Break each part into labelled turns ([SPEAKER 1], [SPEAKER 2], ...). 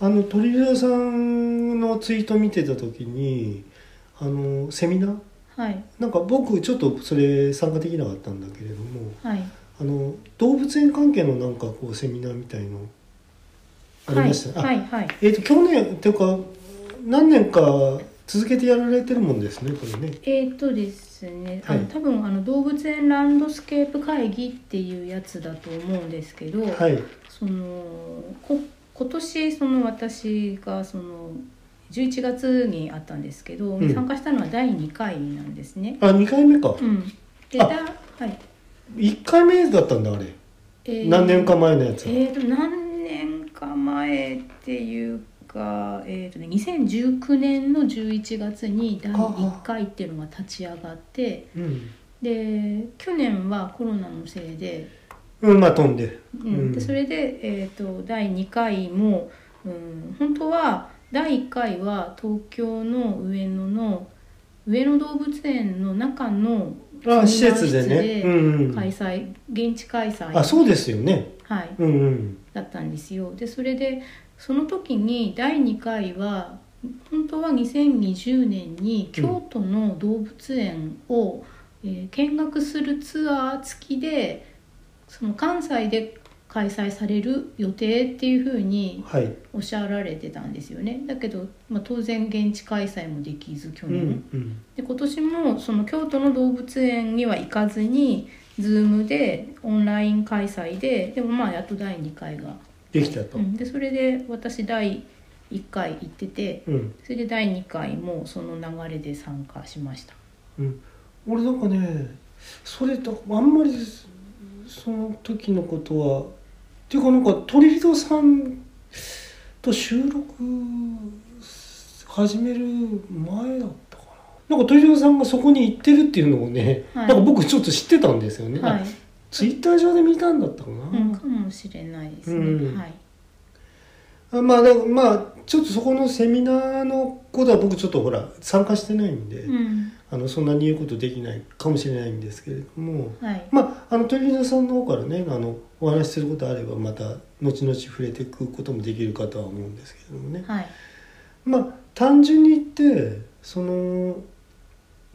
[SPEAKER 1] あの鳥沢さんのツイート見てた時にあのセミナー
[SPEAKER 2] はい
[SPEAKER 1] なんか僕ちょっとそれ参加できなかったんだけれども
[SPEAKER 2] はい
[SPEAKER 1] あの動物園関係のなんかこうセミナーみたいのありました、
[SPEAKER 2] はい
[SPEAKER 1] あ
[SPEAKER 2] はいはい
[SPEAKER 1] えっ、と去年っていうか何年か続けてやられてるもんですねこれね
[SPEAKER 2] えー、とですね、あ
[SPEAKER 1] は
[SPEAKER 2] の
[SPEAKER 1] い
[SPEAKER 2] 多分あの動物園ランドスケープ会議っていうやつだと思うんですけど、
[SPEAKER 1] はい
[SPEAKER 2] そのこ今年その私がその11月にあったんですけど、
[SPEAKER 1] うん
[SPEAKER 2] 参加したのは第2回なんですね。
[SPEAKER 1] あ二回目か、
[SPEAKER 2] うん、で
[SPEAKER 1] あ
[SPEAKER 2] だはい
[SPEAKER 1] 一回目だったんだあれ、
[SPEAKER 2] えー
[SPEAKER 1] 何年か前のやつは、
[SPEAKER 2] えー、と何年か前っていうか、えーとね、2019年の11月に第1回っていうのが立ち上がって
[SPEAKER 1] うん、
[SPEAKER 2] で去年はコロナのせいで,、
[SPEAKER 1] うん、まあ飛んで
[SPEAKER 2] うん
[SPEAKER 1] うん
[SPEAKER 2] でそれで、えー、と第2回も、うん、本当は第1回は東京の上野の上野動物園の中の
[SPEAKER 1] あ施設でね
[SPEAKER 2] で
[SPEAKER 1] うんう
[SPEAKER 2] 開
[SPEAKER 1] ん、
[SPEAKER 2] 催、現地開催
[SPEAKER 1] あそうですよね
[SPEAKER 2] はい、
[SPEAKER 1] うんうん
[SPEAKER 2] だったんですよでそれでその時に第2回は本当は2020年に京都の動物園を、えー見学するツアー付きでその関西で開催される予定っていうふうに
[SPEAKER 1] はい
[SPEAKER 2] おっしゃられてたんですよねだけど、まあ、当然現地開催もできず去
[SPEAKER 1] うん
[SPEAKER 2] 年、
[SPEAKER 1] うん
[SPEAKER 2] で今年もその京都の動物園には行かずに Zoom でオンライン開催ででもまあやっと第2回が、
[SPEAKER 1] できたと
[SPEAKER 2] う、ん、でそれで私第1回行ってて
[SPEAKER 1] うん
[SPEAKER 2] それで第2回もその流れで参加しました
[SPEAKER 1] うん、俺なんかねそれとあんまりその時のことはっていうかなんか鳥人さんと収録始める前だったかななんか鳥人さんがそこに行ってるっていうのをね、
[SPEAKER 2] はい
[SPEAKER 1] なんか僕ちょっと知ってたんですよね、
[SPEAKER 2] はい
[SPEAKER 1] あ、ツイッター上で見たんだったかな、
[SPEAKER 2] うん、かもしれないですね、
[SPEAKER 1] うん
[SPEAKER 2] はい
[SPEAKER 1] あまあだからまあちょっとそこのセミナーのことは僕ちょっとほら参加してないんで、
[SPEAKER 2] うん
[SPEAKER 1] あのそんなに言うことできないかもしれないんですけれども、
[SPEAKER 2] はい
[SPEAKER 1] まあ、あの鳥肌さんの方からねあのお話しすることあればまた後々触れていくこともできるかとは思うんですけれどもね、
[SPEAKER 2] はい
[SPEAKER 1] まあ単純に言ってその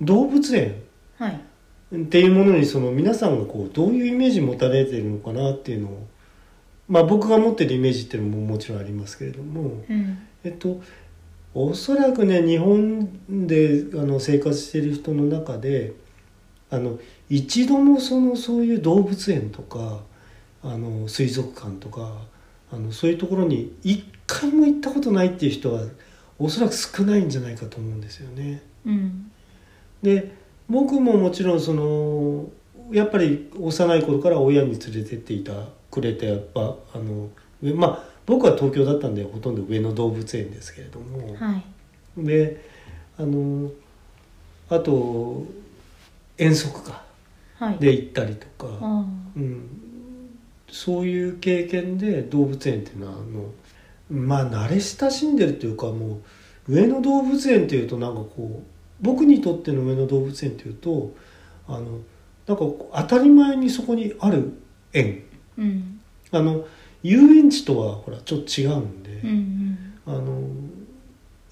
[SPEAKER 1] 動物園
[SPEAKER 2] はい
[SPEAKER 1] っていうものにその皆さんがこうどういうイメージ持たれてるのかなっていうのを、まあ、僕が持ってるイメージっていうのももちろんありますけれども、
[SPEAKER 2] うん
[SPEAKER 1] えっと、おそらくね日本であの生活してる人の中であの一度もそのそういう動物園とかあの水族館とかあのそういうところに一回も行ったことないっていう人はおそらく少ないんじゃないかと思うんですよね。
[SPEAKER 2] うん
[SPEAKER 1] で僕ももちろんそのやっぱり幼い頃から親に連れてっていたくれてやっぱあの上まあ僕は東京だったんでほとんど上野動物園ですけれども、
[SPEAKER 2] はい
[SPEAKER 1] であのあと遠足か
[SPEAKER 2] はい
[SPEAKER 1] で行ったりとか、
[SPEAKER 2] あ
[SPEAKER 1] うん、そういう経験で動物園っていうのはあのまあ慣れ親しんでるというかもう上野動物園っていうとなんかこう僕にとっての上野動物園っていうとあのなんかこう当たり前にそこにある園
[SPEAKER 2] ーうん
[SPEAKER 1] あの遊園地とはほらちょっと違うんで、
[SPEAKER 2] うんうん
[SPEAKER 1] あの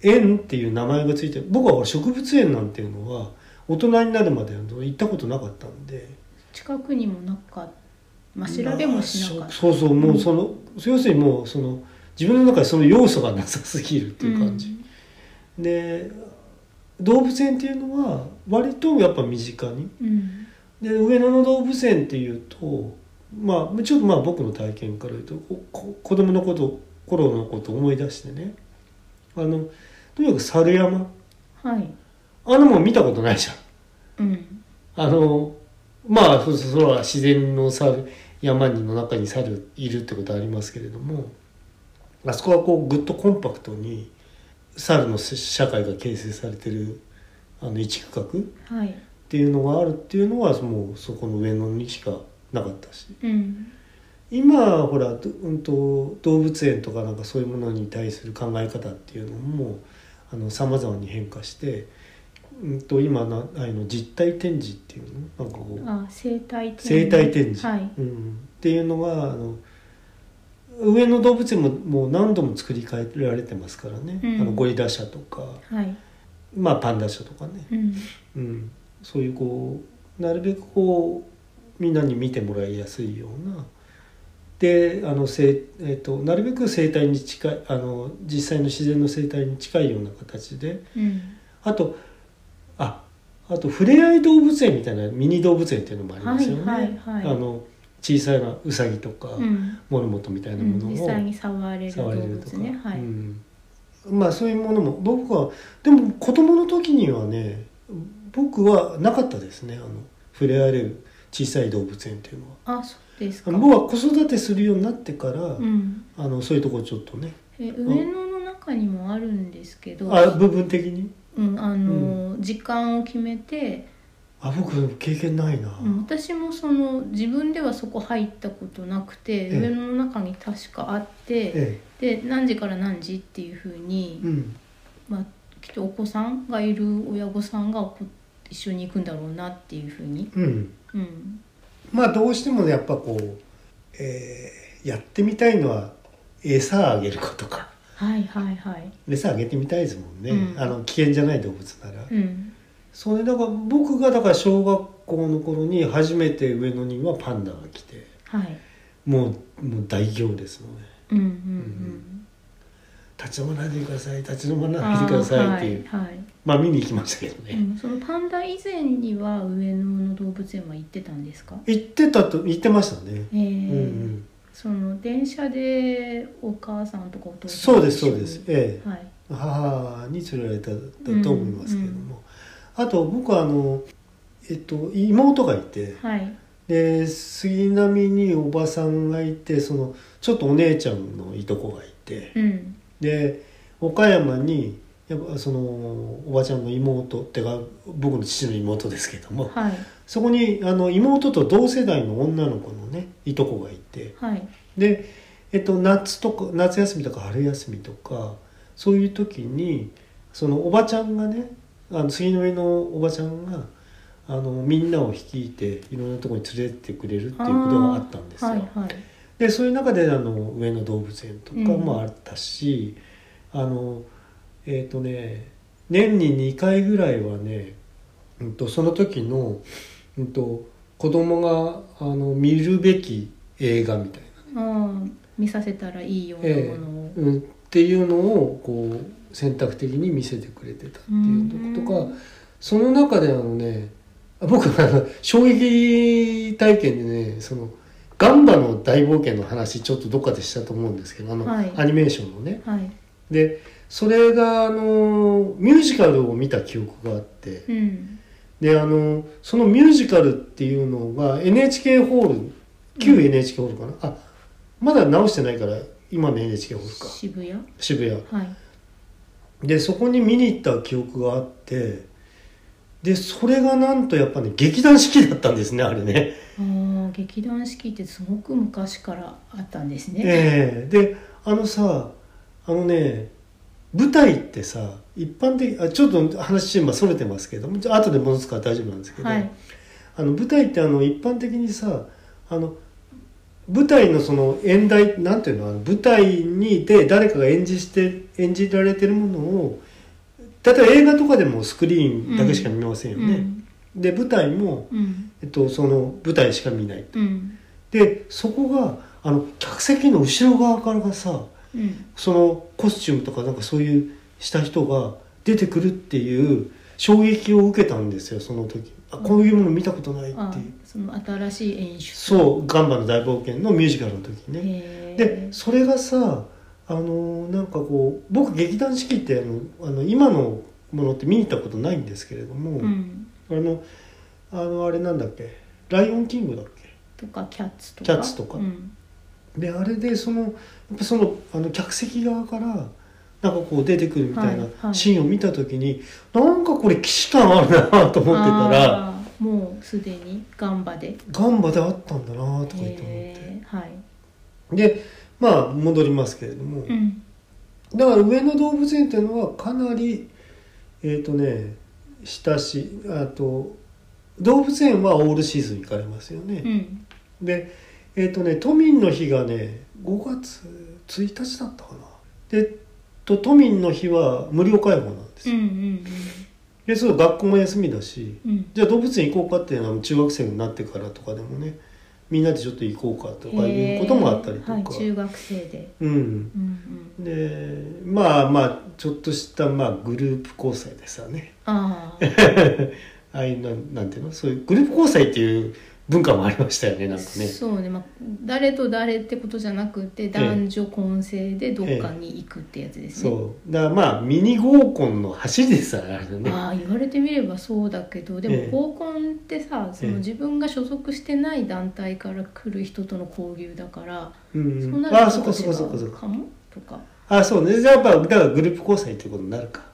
[SPEAKER 1] 園っていう名前がついて僕はほら植物園なんていうのは大人になるまで行ったことなかったんで。
[SPEAKER 2] 近くにもなかったまあ調べもしなかった
[SPEAKER 1] そうそうそうもうその、要するにもうその自分の中でその要素がなさすぎるっていう感じ、で動物園っていうのは割とやっぱ身近に
[SPEAKER 2] うんうん
[SPEAKER 1] で上野の動物園っていうとまあちょっとまあ僕の体験から言うとここ子供のこと頃のことを思い出してねあのとにかく猿山
[SPEAKER 2] はい
[SPEAKER 1] あんなもん見たことないじゃん
[SPEAKER 2] うん
[SPEAKER 1] あのまあそうそうそれは自然の猿山の中に猿いるってことはありますけれどもあそこはこうぐっとコンパクトに猿の社会が形成されてるあの一区画っ
[SPEAKER 2] はい
[SPEAKER 1] ていうのがあるっていうのはもうそこの上野にしかなかったし
[SPEAKER 2] うん
[SPEAKER 1] 今ほら、どうん、と動物園とかなんかそういうものに対する考え方っていうのもあの様々に変化して、うん、と今なあの実体展示っていうのなんかこう
[SPEAKER 2] あ生態展示
[SPEAKER 1] 生態展示、
[SPEAKER 2] はい
[SPEAKER 1] うん、っていうのがあの上野動物園ももう何度も作り変えられてますからね、
[SPEAKER 2] うん
[SPEAKER 1] あのゴリラ社とか、
[SPEAKER 2] はい、
[SPEAKER 1] まあ、パンダ社とかね、
[SPEAKER 2] うん、
[SPEAKER 1] うん、そういうこうなるべくこうみんなに見てもらいやすいようなであのせ、えっとなるべく生態に近いあの実際の自然の生態に近いような形で
[SPEAKER 2] うん、
[SPEAKER 1] あとああとふれあい動物園みたいなミニ動物園っていうのもありますよね。
[SPEAKER 2] はいはいはい
[SPEAKER 1] あの小さなウサギとか、
[SPEAKER 2] うん、
[SPEAKER 1] モルモットみたいな
[SPEAKER 2] うん
[SPEAKER 1] ものを
[SPEAKER 2] 実際に触れる動
[SPEAKER 1] 触れると
[SPEAKER 2] 物
[SPEAKER 1] か、
[SPEAKER 2] ね、は
[SPEAKER 1] う
[SPEAKER 2] い、
[SPEAKER 1] ん、まあそういうものも僕はでも子供の時にはね僕はなかったですねあの触れ合える小さい動物園っていうのは
[SPEAKER 2] あ、そうです
[SPEAKER 1] あ
[SPEAKER 2] か。
[SPEAKER 1] の僕は子育てするようになってから、
[SPEAKER 2] うん、
[SPEAKER 1] あのそういうとこちょっとね
[SPEAKER 2] え、上野の中にもあるんですけど、
[SPEAKER 1] あ部分的に
[SPEAKER 2] うん、あの、時間を決めて、
[SPEAKER 1] あ僕経験ないな、
[SPEAKER 2] うん、私もその自分ではそこ入ったことなくて、
[SPEAKER 1] ええ
[SPEAKER 2] 上野の中に確かあって、
[SPEAKER 1] え
[SPEAKER 2] で何時から何時っていうふうに
[SPEAKER 1] え、うん
[SPEAKER 2] まあきっとお子さんがいる親御さんがこ一緒に行くんだろうなっていうふうに、
[SPEAKER 1] うん
[SPEAKER 2] うん、
[SPEAKER 1] まあどうしてもねやっぱこう、えーやってみたいのは餌あげることか
[SPEAKER 2] はいはいはい、
[SPEAKER 1] 餌あげてみたいですもんね、
[SPEAKER 2] うん
[SPEAKER 1] あの危険じゃない動物なら、
[SPEAKER 2] うん、
[SPEAKER 1] それだから僕がだから小学校の頃に初めて上野にはパンダが来て
[SPEAKER 2] はい、
[SPEAKER 1] もうもう大行ですのね
[SPEAKER 2] うんうんうん。
[SPEAKER 1] 立ち止まらないでください立ち止まらないでくださいっていう
[SPEAKER 2] あーはいはい
[SPEAKER 1] まあ見に行きましたけどね、
[SPEAKER 2] うん、そのパンダ以前には上野の動物園は行ってたんですか、
[SPEAKER 1] 行ってたと行ってましたね、
[SPEAKER 2] えー
[SPEAKER 1] うんうん、
[SPEAKER 2] その電車でお母さんとかお父さ
[SPEAKER 1] そ
[SPEAKER 2] ん
[SPEAKER 1] う
[SPEAKER 2] と
[SPEAKER 1] で
[SPEAKER 2] 一
[SPEAKER 1] す
[SPEAKER 2] 緒
[SPEAKER 1] そ
[SPEAKER 2] に
[SPEAKER 1] うですええ
[SPEAKER 2] はい
[SPEAKER 1] 母に連れられただと思いますけれども、あと僕はあのえっと妹がいて
[SPEAKER 2] はい
[SPEAKER 1] で杉並におばさんがいてそのちょっとお姉ちゃんのいとこがいて、
[SPEAKER 2] うん
[SPEAKER 1] で岡山にやっぱそのおばちゃんの妹ってか僕の父の妹ですけども
[SPEAKER 2] はい
[SPEAKER 1] そこにあの妹と同世代の女の子のねいとこがいて
[SPEAKER 2] はい
[SPEAKER 1] で、えっと、夏とか夏休みとか春休みとかそういう時にそのおばちゃんがねあの杉の上のおばちゃんがあのみんなを率いていろんなところに連れてってくれるっていうことがあったんですよ。
[SPEAKER 2] はいはい
[SPEAKER 1] でそういう中であの上野動物園とか
[SPEAKER 2] うん
[SPEAKER 1] もあったし、あのえっ、とね年に2回ぐらいはね、うん、とその時の、うん、と子供があの見るべき映画みたいな、
[SPEAKER 2] ああ見させたらいいような
[SPEAKER 1] え
[SPEAKER 2] ものを、
[SPEAKER 1] えうん、っていうのをこう選択的に見せてくれてたっていうとことか、その中であのねあ僕あの衝撃体験でねそのガンバの大冒険の話ちょっとどっかでしたと思うんですけどあの、
[SPEAKER 2] はい
[SPEAKER 1] アニメーションのね
[SPEAKER 2] はい
[SPEAKER 1] でそれがあのミュージカルを見た記憶があって
[SPEAKER 2] うん
[SPEAKER 1] であのそのミュージカルっていうのが NHK ホール旧 NHK ホールかな、あまだ直してないから今の NHK ホールか
[SPEAKER 2] 渋谷は
[SPEAKER 1] 渋谷
[SPEAKER 2] い
[SPEAKER 1] でそこに見に行った記憶があってでそれがなんとやっぱね劇団四季だったんですねあれね。
[SPEAKER 2] ああ劇団四季ってすごく昔からあったんですね、
[SPEAKER 1] ええであのさあのね舞台ってさ一般的あちょっと話今それてますけどもちょ後で戻すから大丈夫なんですけど、
[SPEAKER 2] はい
[SPEAKER 1] あの舞台ってあの一般的にさあの舞台のその演題なんていうのあの舞台にで誰かが演じして演じられてるものを例えば映画とかでもスクリーンだけしか見ませんよ
[SPEAKER 2] う
[SPEAKER 1] ね。
[SPEAKER 2] ん
[SPEAKER 1] で舞台も、
[SPEAKER 2] うん
[SPEAKER 1] えっと、その舞台しか見ない。
[SPEAKER 2] うん
[SPEAKER 1] でそこがあの客席の後ろ側からがさ
[SPEAKER 2] うん
[SPEAKER 1] そのコスチュームとかなんかそういうした人が出てくるっていう衝撃を受けたんですよその時あこういうもの見たことない
[SPEAKER 2] あ
[SPEAKER 1] っていう
[SPEAKER 2] その新しい演出
[SPEAKER 1] そう「ガンバの大冒険」のミュージカルの時ね
[SPEAKER 2] へえ
[SPEAKER 1] でそれがさあのなんかこう僕劇団四季ってあのあの今のものって見に行ったことないんですけれども、
[SPEAKER 2] うん
[SPEAKER 1] あのあのあれなんだっけ「ライオンキング」だっけ
[SPEAKER 2] とかキャッツとか
[SPEAKER 1] キャッツとか
[SPEAKER 2] うん
[SPEAKER 1] であれでそのやっぱそのあの客席側からなんかこう出てくるみたい
[SPEAKER 2] はいは
[SPEAKER 1] ないシーンを見た時に、なんかこれ既視感あるなと思ってたら
[SPEAKER 2] あーもうすでにガンバで
[SPEAKER 1] ガンバであったんだなとか言って思って
[SPEAKER 2] へえはい、
[SPEAKER 1] でまあ戻りますけれども、
[SPEAKER 2] うん、
[SPEAKER 1] だから上野動物園っていうのはかなりえっ、とね親しいあと動物園はオールシーズン行かれますよね、
[SPEAKER 2] うん、
[SPEAKER 1] でえっ、とね都民の日がね5月1日だったかなでと都民の日は無料開放なんです
[SPEAKER 2] う
[SPEAKER 1] よ、
[SPEAKER 2] んうん
[SPEAKER 1] でそう学校も休みだし
[SPEAKER 2] うんうん
[SPEAKER 1] じゃあ動物園行こうかっていうのは中学生になってからとかでもねみんなでちょっと行こうかとかいう
[SPEAKER 2] へー
[SPEAKER 1] こともあったりとか、
[SPEAKER 2] はい、中学生で
[SPEAKER 1] うん
[SPEAKER 2] うんうん
[SPEAKER 1] でまあまあちょっとした、まあ、グループ交際でさね
[SPEAKER 2] ああ
[SPEAKER 1] ああいうなんなんていうのそういうグループ交際っていう文化もありましたよねなんかね
[SPEAKER 2] そうね、まあ、誰と誰ってことじゃなくて男女混成でどっかに行くってやつですね、
[SPEAKER 1] そうだからまあミニ合コンの走りですからあれね
[SPEAKER 2] ああ言われてみればそうだけどで
[SPEAKER 1] ええ
[SPEAKER 2] も合コンってさそ
[SPEAKER 1] ええ
[SPEAKER 2] の自分が所属してない団体から来る人との交流だから、
[SPEAKER 1] うん、
[SPEAKER 2] そううんな
[SPEAKER 1] ああ
[SPEAKER 2] る
[SPEAKER 1] そっ
[SPEAKER 2] と
[SPEAKER 1] かそっかそっかそ
[SPEAKER 2] 違
[SPEAKER 1] っ
[SPEAKER 2] う
[SPEAKER 1] か
[SPEAKER 2] かもとか、
[SPEAKER 1] ああそうねじゃあやっぱだからグループ交際っていうことになるか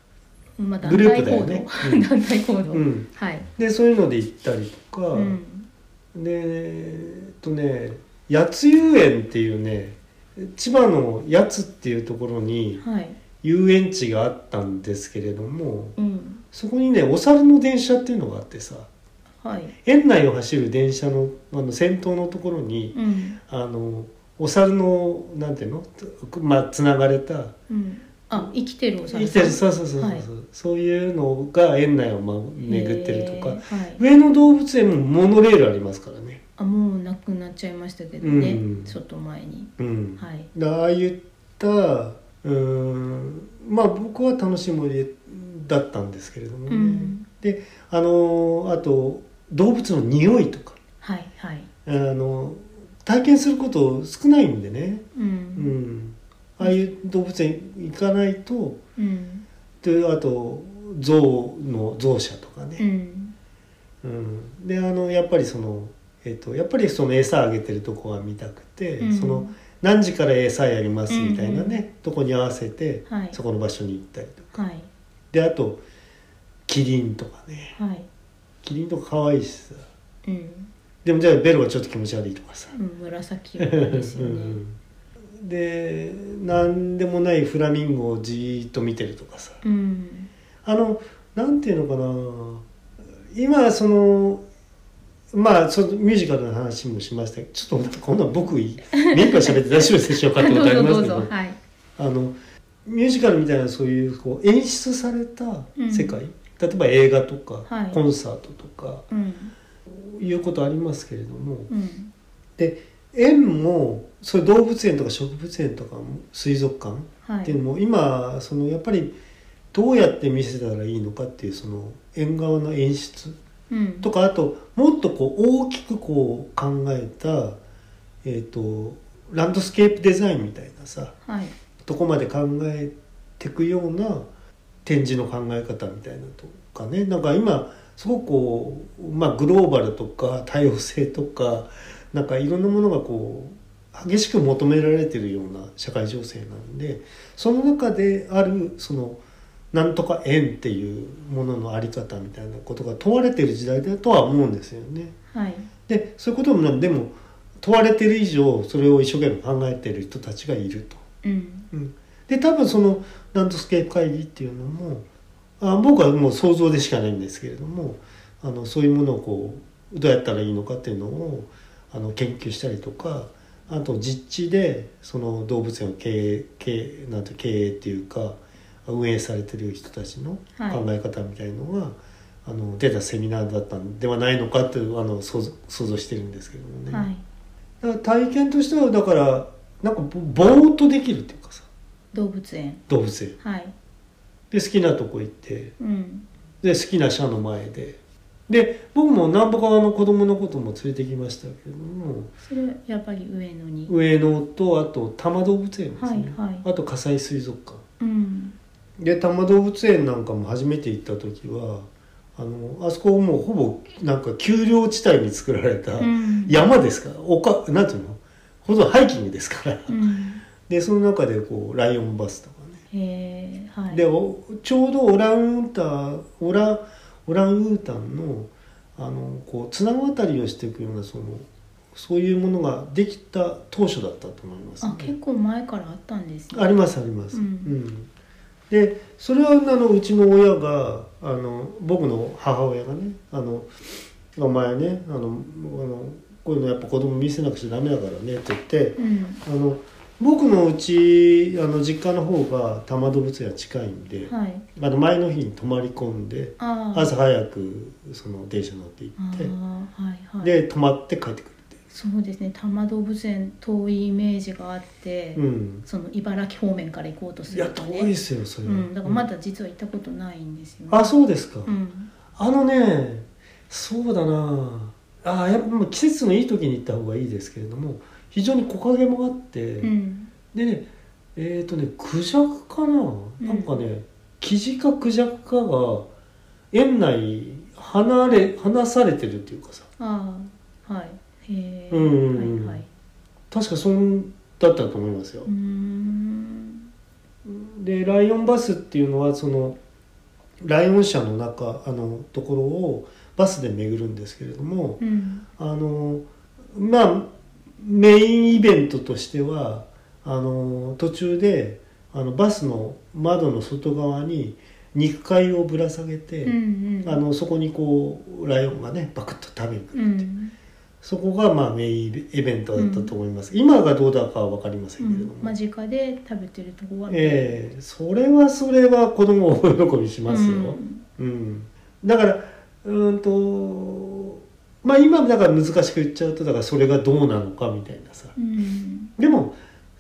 [SPEAKER 2] まあ、団
[SPEAKER 1] グルー
[SPEAKER 2] 体
[SPEAKER 1] プだ
[SPEAKER 2] 行
[SPEAKER 1] よ
[SPEAKER 2] 動、
[SPEAKER 1] ねうん
[SPEAKER 2] 団体行動、
[SPEAKER 1] うん
[SPEAKER 2] はい、
[SPEAKER 1] でそういうので行ったりとか、
[SPEAKER 2] うん、
[SPEAKER 1] でえっとね八つ遊園っていうね千葉の八つっていうところに
[SPEAKER 2] はい、
[SPEAKER 1] 遊園地があったんですけれども
[SPEAKER 2] うん、
[SPEAKER 1] そこにねお猿の電車っていうのがあってさ
[SPEAKER 2] はい、
[SPEAKER 1] 園内を走る電車のあの先頭のところに
[SPEAKER 2] うん、
[SPEAKER 1] あのお猿のなんていうのつ,、まあ、つながれた
[SPEAKER 2] うん、あ生きてるお
[SPEAKER 1] 生
[SPEAKER 2] 猿
[SPEAKER 1] きてる
[SPEAKER 2] さん
[SPEAKER 1] そうそうそうそう、
[SPEAKER 2] はい
[SPEAKER 1] そういうのが園内をま巡ってると
[SPEAKER 2] へ
[SPEAKER 1] か
[SPEAKER 2] えはい、
[SPEAKER 1] 上野動物園もモノレールありますからね。
[SPEAKER 2] あもうなくなっちゃいましたけどね、
[SPEAKER 1] うん
[SPEAKER 2] ちょっと前に
[SPEAKER 1] うん
[SPEAKER 2] はい
[SPEAKER 1] だああいったうーんまあ僕は楽しい森だったんですけれどもね、
[SPEAKER 2] うん
[SPEAKER 1] であのあと動物の匂いとか
[SPEAKER 2] はいはい
[SPEAKER 1] あの体験すること少ないんでね、
[SPEAKER 2] う
[SPEAKER 1] うんん、ああいう動物園行かないと
[SPEAKER 2] うん
[SPEAKER 1] であと象の象舎とか
[SPEAKER 2] う
[SPEAKER 1] ね、
[SPEAKER 2] ん
[SPEAKER 1] うん、であのやっぱりその、えっとやっぱりその餌あげてるとこが見たくて、
[SPEAKER 2] うん
[SPEAKER 1] その何時から餌やりますみたいなね、とこに合わせて、
[SPEAKER 2] はい
[SPEAKER 1] そこの場所に行ったりと
[SPEAKER 2] はい
[SPEAKER 1] であとキリンとかね
[SPEAKER 2] はい
[SPEAKER 1] キリンとか可愛いしさ
[SPEAKER 2] うん
[SPEAKER 1] でもじゃあベロはちょっと気持ち悪いとかさ、
[SPEAKER 2] うん紫色です よ
[SPEAKER 1] う
[SPEAKER 2] ね
[SPEAKER 1] んで何でもないフラミンゴをじーっと見てるとかさ
[SPEAKER 2] うん
[SPEAKER 1] あのなんていうのかな今そのまあそのミュージカルの話もしましたけどちょっとなんかこんなん僕いい目いっぱい喋って大丈夫でしょうかって
[SPEAKER 2] ど
[SPEAKER 1] こ
[SPEAKER 2] う
[SPEAKER 1] とあり
[SPEAKER 2] ぞ
[SPEAKER 1] ま
[SPEAKER 2] ど
[SPEAKER 1] す
[SPEAKER 2] う
[SPEAKER 1] けど
[SPEAKER 2] ぞはい
[SPEAKER 1] あのミュージカルみたいなそういうこう演出された世界、例えば映画とか、
[SPEAKER 2] はい
[SPEAKER 1] コンサートとか
[SPEAKER 2] うん
[SPEAKER 1] いうことありますけれども、
[SPEAKER 2] うん
[SPEAKER 1] で園もそういう動物園とか植物園とかも水族館
[SPEAKER 2] は
[SPEAKER 1] って
[SPEAKER 2] い
[SPEAKER 1] いうのも、今そのやっぱりどうやって見せたらいいのかっていうその縁側の演出
[SPEAKER 2] うん
[SPEAKER 1] とかあともっとこう大きくこう考えた、えー、とランドスケープデザインみたいなさ、
[SPEAKER 2] はい
[SPEAKER 1] どこまで考えていくような展示の考え方みたいなとかねなんか今すごくこう、まあ、グローバルとか多様性とかなんかいろんなものがこう激しく求められてるような社会情勢なんでその中であるそのなんとか縁っていうもののあり方みたいなことが問われてる時代だとは思うんですよね。
[SPEAKER 2] はい
[SPEAKER 1] でそういうこともねでも問われてる以上それを一生懸命考えてる人たちがいると。
[SPEAKER 2] うん
[SPEAKER 1] うん、で多分そのランドスケープ会議っていうのもあ僕はもう想像でしかないんですけれどもあのそういうものをこうどうやったらいいのかっていうのをあの研究したりとかあと実地でその動物園を経営経営なんて経営っていうか運営されてる人たちの
[SPEAKER 2] はい
[SPEAKER 1] 考え方みたいのが、あの出たセミナーだったんではないのかっていうあの想像想像してるんですけどもね。
[SPEAKER 2] はい
[SPEAKER 1] だから体験としてはだからなんかぼぼーっとできるっていうかさ
[SPEAKER 2] 動物園
[SPEAKER 1] 動物園
[SPEAKER 2] はい
[SPEAKER 1] で好きなとこ行って
[SPEAKER 2] うん
[SPEAKER 1] で好きな社の前でで僕も南北側の子供のことも連れてきましたけれども
[SPEAKER 2] それはやっぱり上野に
[SPEAKER 1] 上野とあと多摩動物園ですね、
[SPEAKER 2] はいはい
[SPEAKER 1] あと葛西水族館
[SPEAKER 2] うん
[SPEAKER 1] で多摩動物園なんかも初めて行った時はあのあそこもうほぼなんか丘陵地帯に作られた
[SPEAKER 2] うん
[SPEAKER 1] 山ですから、丘なんていうのほとんどハイキングですから、
[SPEAKER 2] うん
[SPEAKER 1] でその中でこうライオンバスとかね
[SPEAKER 2] へえはい
[SPEAKER 1] でおちょうどオランウータンオラオランウータンのあのこう綱渡りをしていくようなそのそういうものができた当初だったと思います、
[SPEAKER 2] あ結構前からあったんですね
[SPEAKER 1] ありますあります、
[SPEAKER 2] うん
[SPEAKER 1] でそれはあのうちの親があの僕の母親がねあのお前ねあのあのこういうのやっぱ子供見せなくちゃダメだからねって言って
[SPEAKER 2] うん
[SPEAKER 1] あの僕のうちあの実家の方が多摩動物園は近いんで、
[SPEAKER 2] はい
[SPEAKER 1] あの前の日に泊まり込んで
[SPEAKER 2] あー
[SPEAKER 1] 朝早くその電車乗って行
[SPEAKER 2] あ
[SPEAKER 1] って、
[SPEAKER 2] ーはいはい
[SPEAKER 1] で泊まって帰ってくるって
[SPEAKER 2] そうですね多摩動物園遠いイメージがあっ
[SPEAKER 1] い
[SPEAKER 2] て、
[SPEAKER 1] う、うん、
[SPEAKER 2] その茨城方面から行こうとす
[SPEAKER 1] いや
[SPEAKER 2] ると、
[SPEAKER 1] 遠
[SPEAKER 2] ね、
[SPEAKER 1] いですよそれ
[SPEAKER 2] う
[SPEAKER 1] は、
[SPEAKER 2] ん、だからまだ実は行ったことないんですよ、ね
[SPEAKER 1] あそうですか、
[SPEAKER 2] うん、
[SPEAKER 1] あのねそうだなあやっぱもう季節のいい時に行った方がいいですけれども非常に木陰もあって、
[SPEAKER 2] うん、
[SPEAKER 1] でねえっ、とねクジャクかな、
[SPEAKER 2] ん
[SPEAKER 1] なんかねキジかクジャクかが園内離れ離されてるっていうかさ
[SPEAKER 2] ああはいへえ、
[SPEAKER 1] うんうんうん
[SPEAKER 2] はいはい
[SPEAKER 1] 確かそんだったと思いますよ
[SPEAKER 2] うー、ん
[SPEAKER 1] でライオンバスっていうのはそのライオン社の中あのところをバスで巡るんですけれども、
[SPEAKER 2] うん
[SPEAKER 1] あのまあメインイベントとしてはあの途中であのバスの窓の外側に肉塊をぶら下げて、
[SPEAKER 2] うんうん
[SPEAKER 1] あのそこにこうライオンがねバクッと食べに来
[SPEAKER 2] う
[SPEAKER 1] るって、
[SPEAKER 2] ん、
[SPEAKER 1] そこがまあメインイベントだったと思います、今がどうだかは分かりませんけれども、
[SPEAKER 2] 間近で食べてるとこは
[SPEAKER 1] ええそれはそれは子供を大喜びしますよ、
[SPEAKER 2] うん
[SPEAKER 1] うん、だからうーんとまあ今だから難しく言っちゃうとだからそれがどうなのかみたいなさ
[SPEAKER 2] うん
[SPEAKER 1] でも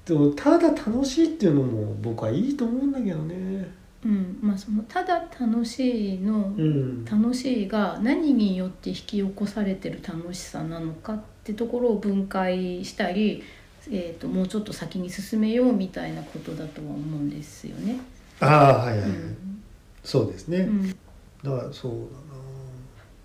[SPEAKER 1] とただ楽しいっていうのも僕はいいと思うんだけどね
[SPEAKER 2] うんまあそのただ楽しいの、
[SPEAKER 1] うん
[SPEAKER 2] 楽しいが何によって引き起こされてる楽しさなのかってところを分解したり、えー、ともうちょっと先に進めようみたいなことだとは思うんですよね。
[SPEAKER 1] ああはいはい、
[SPEAKER 2] う
[SPEAKER 1] はい
[SPEAKER 2] ん
[SPEAKER 1] そうですね、
[SPEAKER 2] うん
[SPEAKER 1] だからそうだ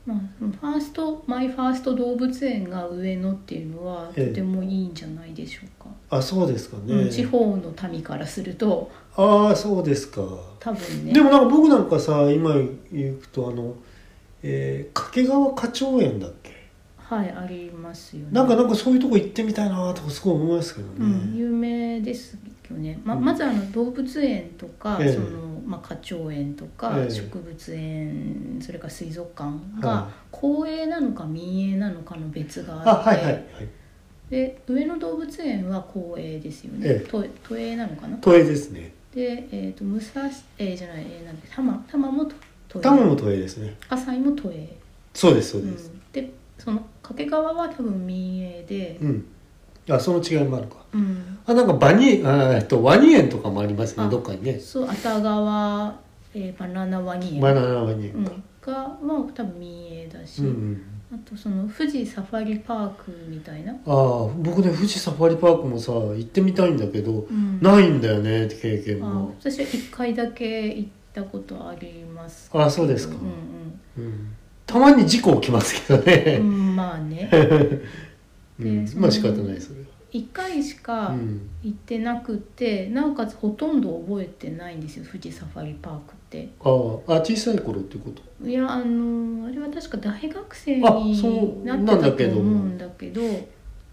[SPEAKER 2] まあ、そのファーストマイファースト動物園が上野っていうのはと
[SPEAKER 1] ええ
[SPEAKER 2] てもいいんじゃないでしょうか、
[SPEAKER 1] なあそうですか
[SPEAKER 2] う
[SPEAKER 1] ね、
[SPEAKER 2] ん地方の民からすると
[SPEAKER 1] ああそうですか、
[SPEAKER 2] 多分ね
[SPEAKER 1] でもなんか僕なんかさ今行くとあの、えー掛川花鳥園だっけ
[SPEAKER 2] はいありますよね。
[SPEAKER 1] なんかなんかそういうとこ行ってみたいなとかすごい思いますけどね、
[SPEAKER 2] うん、有名ですよね、ま
[SPEAKER 1] うん
[SPEAKER 2] まずあの動物園とか、
[SPEAKER 1] ええ
[SPEAKER 2] そのまあ、花鳥園とか、
[SPEAKER 1] ええ
[SPEAKER 2] 植物園それから水族館
[SPEAKER 1] は
[SPEAKER 2] が
[SPEAKER 1] い
[SPEAKER 2] 公営なのか民営なのかの別が
[SPEAKER 1] あ
[SPEAKER 2] あっ
[SPEAKER 1] はい
[SPEAKER 2] て
[SPEAKER 1] はいはい
[SPEAKER 2] で上野動物園は公営ですよね、
[SPEAKER 1] ええ
[SPEAKER 2] 都都営なのかな
[SPEAKER 1] 都営ですね
[SPEAKER 2] で、えー、と武蔵、えーじゃない、えー、なんだっけ多摩多摩も都
[SPEAKER 1] 多摩
[SPEAKER 2] 営
[SPEAKER 1] も都営ですね
[SPEAKER 2] 浅井も都営、
[SPEAKER 1] そうですそううです
[SPEAKER 2] ん、でその掛川は多分民営で
[SPEAKER 1] う、ん、あその違いもあるか
[SPEAKER 2] うん、
[SPEAKER 1] あなんかバニあえっとワニ園とかもありますね
[SPEAKER 2] あ
[SPEAKER 1] どっかにね
[SPEAKER 2] そう熱川、えーバナナワニ園
[SPEAKER 1] バナナワニ
[SPEAKER 2] う
[SPEAKER 1] 園
[SPEAKER 2] ん
[SPEAKER 1] か、
[SPEAKER 2] がは多分民営だし、
[SPEAKER 1] うんうん
[SPEAKER 2] あとその富士サファリパークみたいな、
[SPEAKER 1] ああ僕ね富士サファリパークもさ行ってみたいんだけど、
[SPEAKER 2] うん
[SPEAKER 1] ないんだよねって経験
[SPEAKER 2] あ
[SPEAKER 1] が
[SPEAKER 2] 私は1回だけ行ったことありますけど
[SPEAKER 1] あそうですか、
[SPEAKER 2] うん
[SPEAKER 1] うんたまに事故起きますけど
[SPEAKER 2] うんう
[SPEAKER 1] ね、
[SPEAKER 2] ん、まあね
[SPEAKER 1] う
[SPEAKER 2] うんんで
[SPEAKER 1] まあ仕方ないそれは、
[SPEAKER 2] 1回し
[SPEAKER 1] う
[SPEAKER 2] か
[SPEAKER 1] ん、
[SPEAKER 2] 行ってなくて、なおかつほとんど覚えてないんですよ富士サファリパークって
[SPEAKER 1] ああ小さい頃ってこと
[SPEAKER 2] いやあのあれは確か大学生
[SPEAKER 1] あそう
[SPEAKER 2] になって
[SPEAKER 1] なんだ
[SPEAKER 2] た
[SPEAKER 1] け
[SPEAKER 2] と
[SPEAKER 1] ど
[SPEAKER 2] 思うんだけど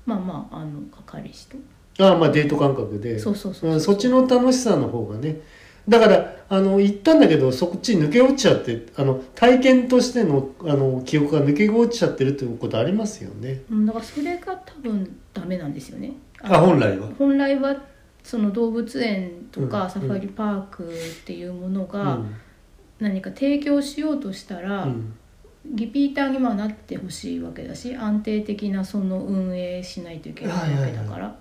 [SPEAKER 2] まあまああの係士と
[SPEAKER 1] ああまあデート感覚で
[SPEAKER 2] そうそうそううん
[SPEAKER 1] そっちの楽しさの方がねだからあの行ったんだけどそっちに抜け落ちちゃってあの体験としてのあの記憶が抜け落ちちゃってるっていうことありますよね
[SPEAKER 2] うんだからそれが多分ダメなんですよね
[SPEAKER 1] あ本来は
[SPEAKER 2] 本来はその動物園と
[SPEAKER 1] うん
[SPEAKER 2] かサファリパークっていうもの
[SPEAKER 1] う
[SPEAKER 2] が
[SPEAKER 1] ん
[SPEAKER 2] 何か提供しようとしたら、
[SPEAKER 1] うん
[SPEAKER 2] リピーターにはなってほしいわけだし安定的なその運営しないといけないわけだから、
[SPEAKER 1] は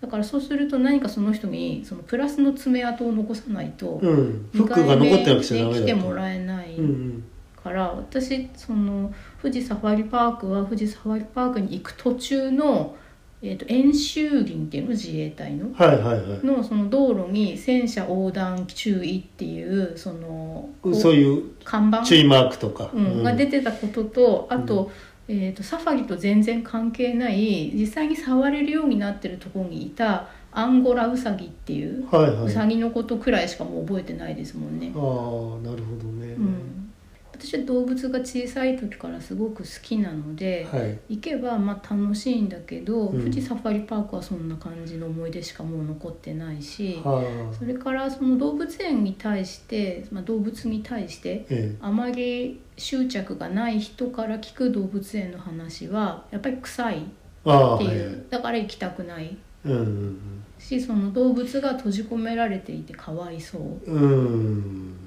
[SPEAKER 2] だからそうすると何かその人にそのプラスの爪痕を残さないと、
[SPEAKER 1] うん、フッ
[SPEAKER 2] 二
[SPEAKER 1] クが
[SPEAKER 2] 回目
[SPEAKER 1] 残ってなくちゃダメ
[SPEAKER 2] で
[SPEAKER 1] だ
[SPEAKER 2] 来て
[SPEAKER 1] と
[SPEAKER 2] もらえない
[SPEAKER 1] うんうん
[SPEAKER 2] から私その富士サファリパークは富士サファリパークに行く途中の、えー、と演習林っていうの自衛隊の
[SPEAKER 1] はいはいはい
[SPEAKER 2] のその道路に戦車横断注意っていうそのこう
[SPEAKER 1] そういう
[SPEAKER 2] 看板
[SPEAKER 1] 注意マークとか、
[SPEAKER 2] うんが出てたこととあ
[SPEAKER 1] う
[SPEAKER 2] と,、えー、とサファリと全然関係ない実際に触れるようになってるところにいたアンゴラウサギっていう
[SPEAKER 1] はいは
[SPEAKER 2] ウ
[SPEAKER 1] いああ
[SPEAKER 2] サギのことくらいしかもう覚えてないですもんね。
[SPEAKER 1] なるほどね、
[SPEAKER 2] うん、私は動物が小さい時からすごく好きなので、
[SPEAKER 1] はい
[SPEAKER 2] 行けばまあ楽しいんだけど、
[SPEAKER 1] うん
[SPEAKER 2] 富士サファリパークはそんな感じの思い出しかもう残ってないし、
[SPEAKER 1] はあ
[SPEAKER 2] それからその動物園に対して、まあ、動物に対して
[SPEAKER 1] え
[SPEAKER 2] あまり執着がない人から聞く動物園の話はやっぱり臭いっ
[SPEAKER 1] えああは
[SPEAKER 2] て
[SPEAKER 1] い
[SPEAKER 2] い
[SPEAKER 1] は
[SPEAKER 2] う、
[SPEAKER 1] い
[SPEAKER 2] だから行きたくない
[SPEAKER 1] うんうんうん
[SPEAKER 2] しその動物が閉じ込められていてかわいそう
[SPEAKER 1] うん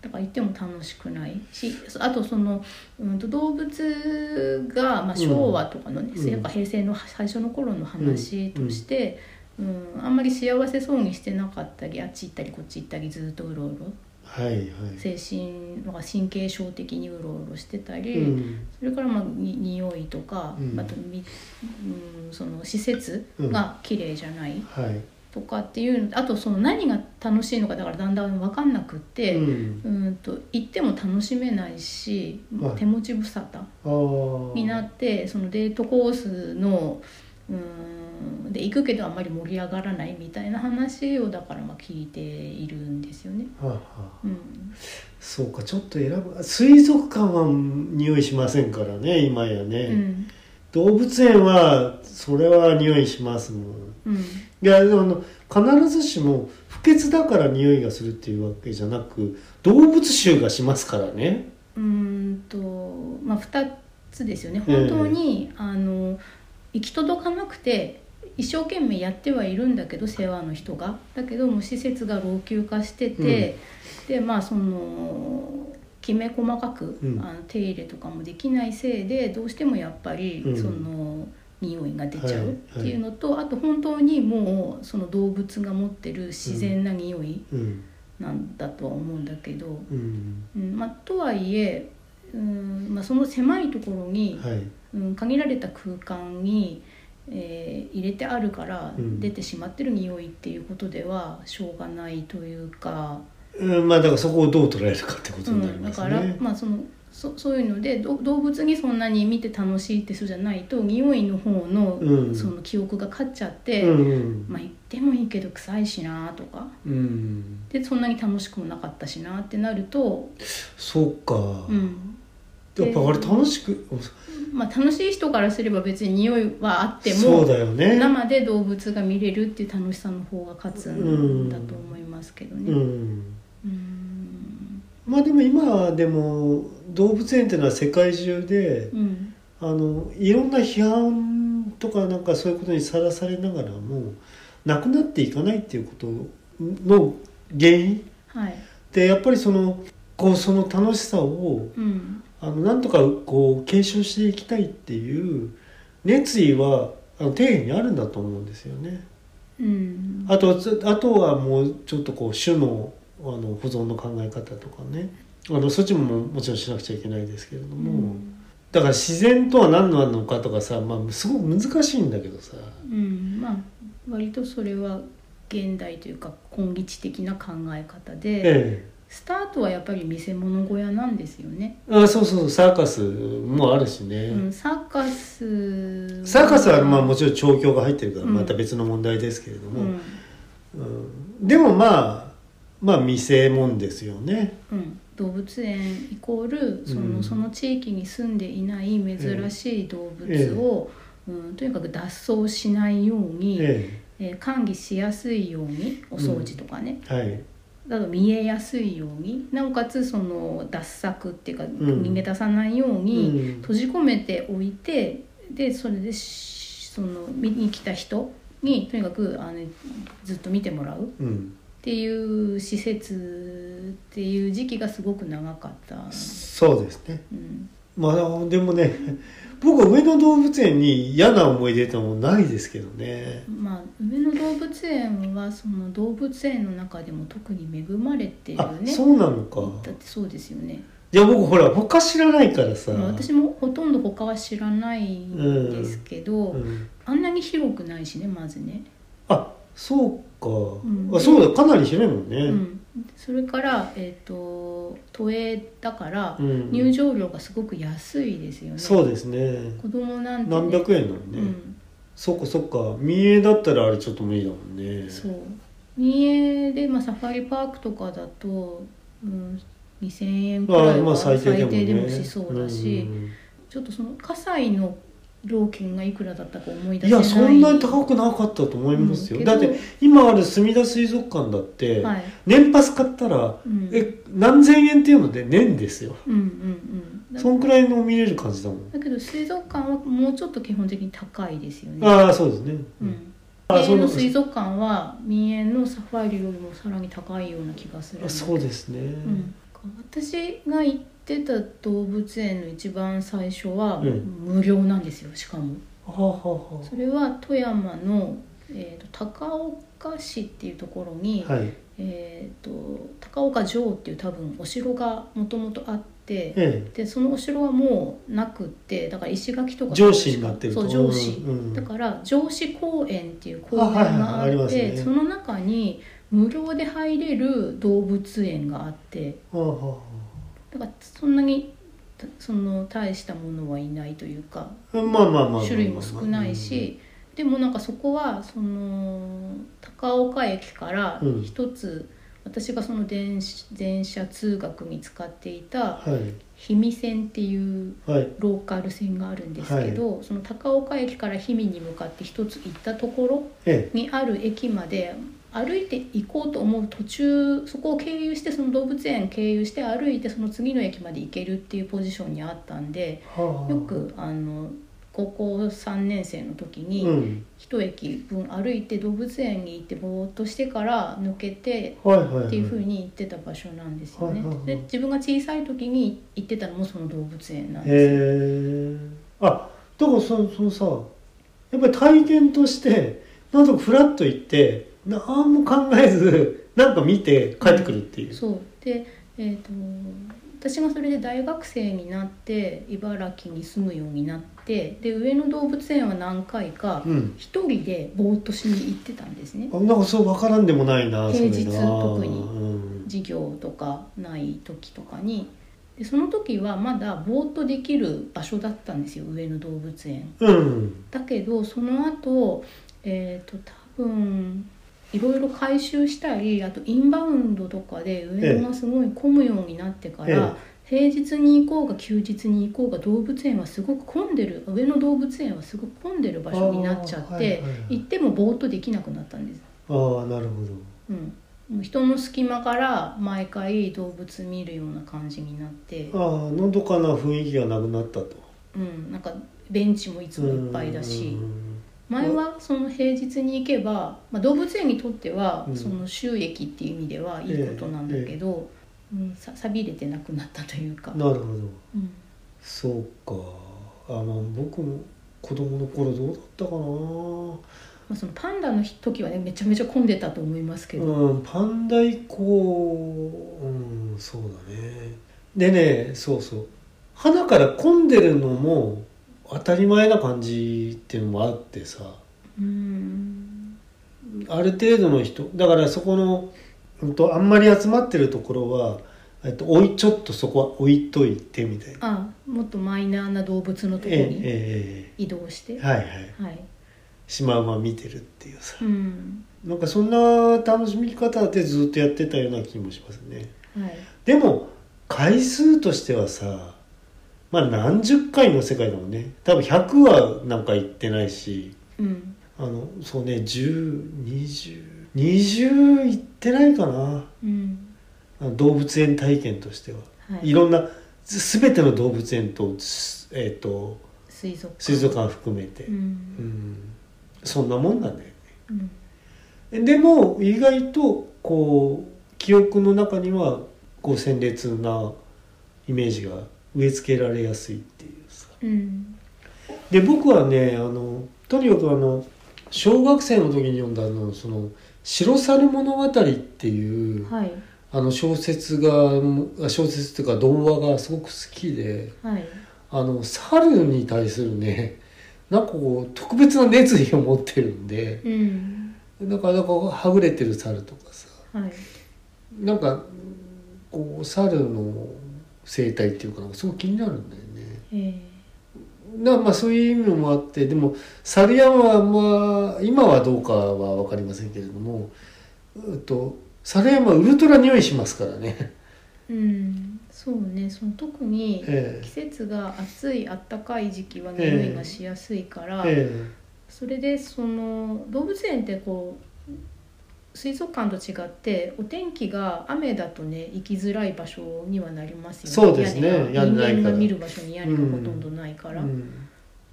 [SPEAKER 2] だから行っても楽しくないしそあとその、うん、と動物が、まあ、昭和とかのね、
[SPEAKER 1] うん
[SPEAKER 2] やっぱ平成の最初の頃の話として、うんあんまり幸せそうにしてなかったりあっち行ったりこっち行ったりずっとうろうろ
[SPEAKER 1] はいはい
[SPEAKER 2] 精神なんか神経症的にうろうろしてたり、
[SPEAKER 1] うん
[SPEAKER 2] それからまあに匂いとか、
[SPEAKER 1] うん
[SPEAKER 2] あとみ、うん、その施設が綺麗じゃない
[SPEAKER 1] はい
[SPEAKER 2] とかっていうあとその何が楽しいのかだからだんだん分かんなくって。
[SPEAKER 1] うん
[SPEAKER 2] うんと行っても楽しめないし、
[SPEAKER 1] はい
[SPEAKER 2] 手持ち無沙汰
[SPEAKER 1] ああ
[SPEAKER 2] になってそのデートコースのうんで行くけどあんまり盛り上がらないみたいな話をだからまあ聞いているんですよね。
[SPEAKER 1] はあはあ
[SPEAKER 2] うん、
[SPEAKER 1] そうかちょっと選ぶ水族館は匂いしませんからね今やね、
[SPEAKER 2] うん
[SPEAKER 1] 動物園はそれは匂いしますもん
[SPEAKER 2] うん
[SPEAKER 1] いやあの必ずしも不潔だから匂いがするっていうわけじゃなく動物臭がしますからね
[SPEAKER 2] うーんとまあ2つですよね本当に、あの行き届かなくて一生懸命やってはいるんだけど世話の人がだけどもう施設が老朽化してて、でまあそのきめ細かく、
[SPEAKER 1] うん
[SPEAKER 2] あの手入れとかもできないせいでどうしてもやっぱり、
[SPEAKER 1] うん
[SPEAKER 2] その。匂いが出ちゃ
[SPEAKER 1] は
[SPEAKER 2] う
[SPEAKER 1] い
[SPEAKER 2] っていうのと、あと本当にもうその動物が持ってる自然な匂い
[SPEAKER 1] うん
[SPEAKER 2] なんだとは思うんだけど、
[SPEAKER 1] うん
[SPEAKER 2] うんまあ、とはいえ、うんまあ、その狭いところに、
[SPEAKER 1] はい
[SPEAKER 2] うん、限られた空間に、えー入れてあるから
[SPEAKER 1] うん
[SPEAKER 2] 出てしまってる匂いっていうことではしょうがないというか、
[SPEAKER 1] うんまあだからそこをどう捉えるかってこ
[SPEAKER 2] う
[SPEAKER 1] とになり
[SPEAKER 2] ん、
[SPEAKER 1] ま
[SPEAKER 2] だ
[SPEAKER 1] す
[SPEAKER 2] から、
[SPEAKER 1] ね、
[SPEAKER 2] まあ、そのそそういうのでど動物にそんなに見て楽しいって人じゃないと匂いの方の,、
[SPEAKER 1] うん
[SPEAKER 2] その記憶が勝っちゃって、
[SPEAKER 1] うんうん
[SPEAKER 2] まあ、行ってもいいけど臭いしなとか
[SPEAKER 1] うん
[SPEAKER 2] でそんなに楽しくもなかったしなってなると、
[SPEAKER 1] そうか、
[SPEAKER 2] うん、
[SPEAKER 1] やっぱあれ楽しく
[SPEAKER 2] まあ、楽しい人からすれば別に匂いはあって
[SPEAKER 1] そ
[SPEAKER 2] も、
[SPEAKER 1] うだよね
[SPEAKER 2] 生で動物が見れるっていう楽しさの方が勝つんだと思いますけど
[SPEAKER 1] う
[SPEAKER 2] ね。
[SPEAKER 1] ん
[SPEAKER 2] うん
[SPEAKER 1] まあでも今はでも動物園っていうのは世界中で
[SPEAKER 2] うん
[SPEAKER 1] あのいろんな批判とかなんかそういうことにさらされながらもなくなっていかないっていうことの原因
[SPEAKER 2] はい
[SPEAKER 1] でやっぱりそのこうその楽しさを
[SPEAKER 2] うん
[SPEAKER 1] あのなんとかこう継承していきたいっていう熱意はあの底辺にあるんだと思うんですよね。
[SPEAKER 2] うん
[SPEAKER 1] あとつあとはもうちょっとこう種のあの保存の考え方とかねあのそっちももちろんしなくちゃいけないですけれども、だから自然とは何なのかとかさ、まあ、すごく難しいんだけどさ
[SPEAKER 2] うんまあ割とそれは現代というか根基地的な考え方で、
[SPEAKER 1] ええ
[SPEAKER 2] スタートはやっぱり見せ物小屋なんですよね。
[SPEAKER 1] あそうそうサーカスもあるしね、
[SPEAKER 2] うん、サーカス
[SPEAKER 1] サーカスはまあもちろん調教が入ってるから
[SPEAKER 2] うん
[SPEAKER 1] また別の問題ですけれども、
[SPEAKER 2] うん
[SPEAKER 1] うんでもまあまあ見せ物ですよね
[SPEAKER 2] うん、動物園イコールその,、
[SPEAKER 1] うん
[SPEAKER 2] その地域に住んでいない珍しい動物を、うん、とにかく脱走しないように、え
[SPEAKER 1] え
[SPEAKER 2] ー管理しやすいようにお掃除とかね、
[SPEAKER 1] えはい
[SPEAKER 2] だと見えやすいようになおかつその脱作っていうか、
[SPEAKER 1] ん
[SPEAKER 2] 逃げ出さないように
[SPEAKER 1] うん
[SPEAKER 2] 閉じ込めておいてでそれでしその見に来た人にとにかくあのずっと見てもらう。
[SPEAKER 1] うん
[SPEAKER 2] っていう施設っていう時期がすごく長かった、
[SPEAKER 1] そうですね
[SPEAKER 2] うん、
[SPEAKER 1] まあでもね僕は上野動物園に嫌な思い出ってのはもうないですけどね
[SPEAKER 2] まあ上野動物園はその動物園の中でも特に恵まれてるよ
[SPEAKER 1] あ
[SPEAKER 2] ね
[SPEAKER 1] そうなのか
[SPEAKER 2] だってそうですよね、
[SPEAKER 1] いや僕ほら他知らないからさ
[SPEAKER 2] まあ、私もほとんど他は知らないんですけど、
[SPEAKER 1] うん
[SPEAKER 2] あんなに広くないしねまずね、
[SPEAKER 1] あそうか、
[SPEAKER 2] ん
[SPEAKER 1] あそうだかなり広いもんね、
[SPEAKER 2] うん、それからえっ、と都営だから
[SPEAKER 1] うん
[SPEAKER 2] 入場料がすごく安いですよね、
[SPEAKER 1] そうですね
[SPEAKER 2] 子供なんて、ね、
[SPEAKER 1] 何百円なのね、
[SPEAKER 2] うん
[SPEAKER 1] そっかそっか民営だったらあれちょっと無理だもんね
[SPEAKER 2] そう民営で、まあ、サファリパークとかだと、うん、2,000円くら
[SPEAKER 1] あ
[SPEAKER 2] い
[SPEAKER 1] ま
[SPEAKER 2] は
[SPEAKER 1] あ最低でもね
[SPEAKER 2] 最しそうだし、
[SPEAKER 1] うん
[SPEAKER 2] ちょっとその葛西の料金がいくらだったか思い出
[SPEAKER 1] い
[SPEAKER 2] せない
[SPEAKER 1] やそんなに高くなかったと思いますよ、
[SPEAKER 2] うんけ
[SPEAKER 1] だ
[SPEAKER 2] ど
[SPEAKER 1] って今あるすみだ水族館だって、
[SPEAKER 2] はい、
[SPEAKER 1] 年パス買ったら
[SPEAKER 2] うん、
[SPEAKER 1] え何千円っていうので年ですよ
[SPEAKER 2] うんうんうんだ
[SPEAKER 1] そんくらいの見れる感じだもん
[SPEAKER 2] だけど水族館はもうちょっと基本的に高いですよね
[SPEAKER 1] ああそうですね、
[SPEAKER 2] うん、
[SPEAKER 1] あ
[SPEAKER 2] ールの
[SPEAKER 1] そう
[SPEAKER 2] 水族館は民営のサファリよりもさらに高いような気がするん
[SPEAKER 1] あ
[SPEAKER 2] だけど
[SPEAKER 1] そうですね、
[SPEAKER 2] うん、私が行ってた動物園の一番最初は
[SPEAKER 1] うん
[SPEAKER 2] 無料なんですよしかも
[SPEAKER 1] はあ、はあは
[SPEAKER 2] それは富山の、えー、と高岡市っていうところに、
[SPEAKER 1] あ、はい
[SPEAKER 2] えー、と高岡城っていう多分お城がもともとあって
[SPEAKER 1] え
[SPEAKER 2] でそのお城はもうなくってだから石垣とか
[SPEAKER 1] 城址になってると
[SPEAKER 2] そう城址、
[SPEAKER 1] うんうん
[SPEAKER 2] だから城址公園っていう公園
[SPEAKER 1] あ
[SPEAKER 2] が
[SPEAKER 1] はいはい
[SPEAKER 2] あ
[SPEAKER 1] あ
[SPEAKER 2] っ
[SPEAKER 1] り
[SPEAKER 2] て
[SPEAKER 1] ますね
[SPEAKER 2] その中に無料で入れる動物園があって
[SPEAKER 1] えはあ、はあは
[SPEAKER 2] だからそんなにたその大したものはいないというか
[SPEAKER 1] あ、まあまあまあまあまあ
[SPEAKER 2] 種類も少ない、しでもなんかそこはその高岡駅から
[SPEAKER 1] うん
[SPEAKER 2] 一つ、私がその電子電車通学に使っていた
[SPEAKER 1] うん
[SPEAKER 2] 氷見線っていう
[SPEAKER 1] はいはい
[SPEAKER 2] ローカル線があるんですけど、その高岡駅から氷見に向かって一つ行ったところ
[SPEAKER 1] え
[SPEAKER 2] にある駅まで歩いて行こうと思う途中そこを経由してその動物園経由して歩いてその次の駅まで行けるっていうポジションにあったん
[SPEAKER 1] え
[SPEAKER 2] で
[SPEAKER 1] はあ
[SPEAKER 2] よくあの高校3年生の時
[SPEAKER 1] う
[SPEAKER 2] に
[SPEAKER 1] ん
[SPEAKER 2] 一駅分歩いて動物園に行ってぼーっとしてから抜けて
[SPEAKER 1] はいはい、はい、
[SPEAKER 2] っていう風に行ってた場所なんですよね
[SPEAKER 1] はいはいは。い
[SPEAKER 2] で自分が小さい時に行ってたのもその動物園なんです
[SPEAKER 1] へ
[SPEAKER 2] よ。
[SPEAKER 1] えあだからそのそのさやっぱり体験としてなんとかフラッと行って何も考えずなんか見て帰ってくるっていう、
[SPEAKER 2] そうで、えー、と私がそれで大学生になって茨城に住むようになってで上野動物園は何回か
[SPEAKER 1] うん
[SPEAKER 2] 一人でぼーっとしに行ってたんですね
[SPEAKER 1] あなんかそう分からんでもないな
[SPEAKER 2] 平
[SPEAKER 1] そ
[SPEAKER 2] 日
[SPEAKER 1] れな
[SPEAKER 2] 特に
[SPEAKER 1] うん、
[SPEAKER 2] 授業とかない時とかにでその時はまだぼーっとできる場所だったんですよ上野動物園
[SPEAKER 1] うん、
[SPEAKER 2] だけどその後えっ、と多分いろいろ回収したりあとインバウンドとかで上野がすごい混むようになってから、平日に行こうが休日に行こうが動物園はすごく混んでる上野動物園はすごく混んでる場所になっちゃって、
[SPEAKER 1] あーはいはいはい
[SPEAKER 2] 行ってもぼーっとできなくなったんです。
[SPEAKER 1] ああなるほど
[SPEAKER 2] うんもう人の隙間から毎回動物見るような感じになって、
[SPEAKER 1] ああのどかな雰囲気がなくなったと
[SPEAKER 2] うん、なんかベンチもいつもいっぱいだし、
[SPEAKER 1] うん
[SPEAKER 2] 前はその平日に行けば、まあ、動物園にとっては
[SPEAKER 1] うん
[SPEAKER 2] その収益っていう意味ではいいことなんだけど、うん、さ錆びれてなくなったというか、
[SPEAKER 1] なるほど
[SPEAKER 2] うん、
[SPEAKER 1] そうかあまあ僕も子供の頃どうだったかな
[SPEAKER 2] まあ、そのパンダの時はねめちゃめちゃ混んでたと思いますけど、
[SPEAKER 1] うん、パンダ以降、うん、そうだね。でね、そうそう。花から混んでるのも当たり前な感じっていうのもあってさ、
[SPEAKER 2] うん
[SPEAKER 1] ある程度の人、だからそこの、うんと、あんまり集まってるところは、えっと、おいちょっとそこは置いといてみたいな。
[SPEAKER 2] あもっとマイナーな動物のとこ
[SPEAKER 1] ええ
[SPEAKER 2] ろに
[SPEAKER 1] え
[SPEAKER 2] 移動して、
[SPEAKER 1] えええはいはい。
[SPEAKER 2] はい、
[SPEAKER 1] シマウマ見てるっていうさ
[SPEAKER 2] う。ん
[SPEAKER 1] なんかそんな楽しみ方でずっとやってたような気もしますね。
[SPEAKER 2] はい
[SPEAKER 1] でも回数としてはさまあ何十回の世界だもんね多分100はなんか行ってないし
[SPEAKER 2] うん
[SPEAKER 1] あのそうね102020行ってないかな
[SPEAKER 2] うん
[SPEAKER 1] あの動物園体験としては、
[SPEAKER 2] はい
[SPEAKER 1] い、ろんなす全ての動物園と,す、えー、と
[SPEAKER 2] 水族館
[SPEAKER 1] 水族館含めて、
[SPEAKER 2] う
[SPEAKER 1] うんんそんなもんなんだよね
[SPEAKER 2] うん
[SPEAKER 1] でも意外とこう記憶の中にはこう鮮烈なイメージが植え付けられやすいっていうさ
[SPEAKER 2] うん
[SPEAKER 1] で僕はねあのとにかくあの小学生の時に読んだあのその「白猿物語」っていう、
[SPEAKER 2] はい
[SPEAKER 1] あの小説が小説っていうか童話がすごく好きで
[SPEAKER 2] はい
[SPEAKER 1] あの猿に対するねなんかこう特別な熱意を持ってるんで
[SPEAKER 2] うん
[SPEAKER 1] なんかなんかはぐれてる猿とかさ
[SPEAKER 2] はい
[SPEAKER 1] なんかこう猿の生態っていうかなんかすごく気になるんだよね。
[SPEAKER 2] えー
[SPEAKER 1] なまあそういう意味もあってでも猿山はまあ今はどうかは分かりませんけれどもうっと猿山はウルトラ匂いしますからね。
[SPEAKER 2] うん、そうねその特に
[SPEAKER 1] え
[SPEAKER 2] 季節が暑い暖かい時期は
[SPEAKER 1] ええ
[SPEAKER 2] 匂いがしやすいから、
[SPEAKER 1] え
[SPEAKER 2] それでその動物園ってこう水族館と違ってお天気が雨だとね行きづらい場所にはなりますよ
[SPEAKER 1] そ
[SPEAKER 2] ね
[SPEAKER 1] うですね
[SPEAKER 2] 屋根が
[SPEAKER 1] 屋根ないから
[SPEAKER 2] 人間が見る場所に屋根がほとんどないから、
[SPEAKER 1] うん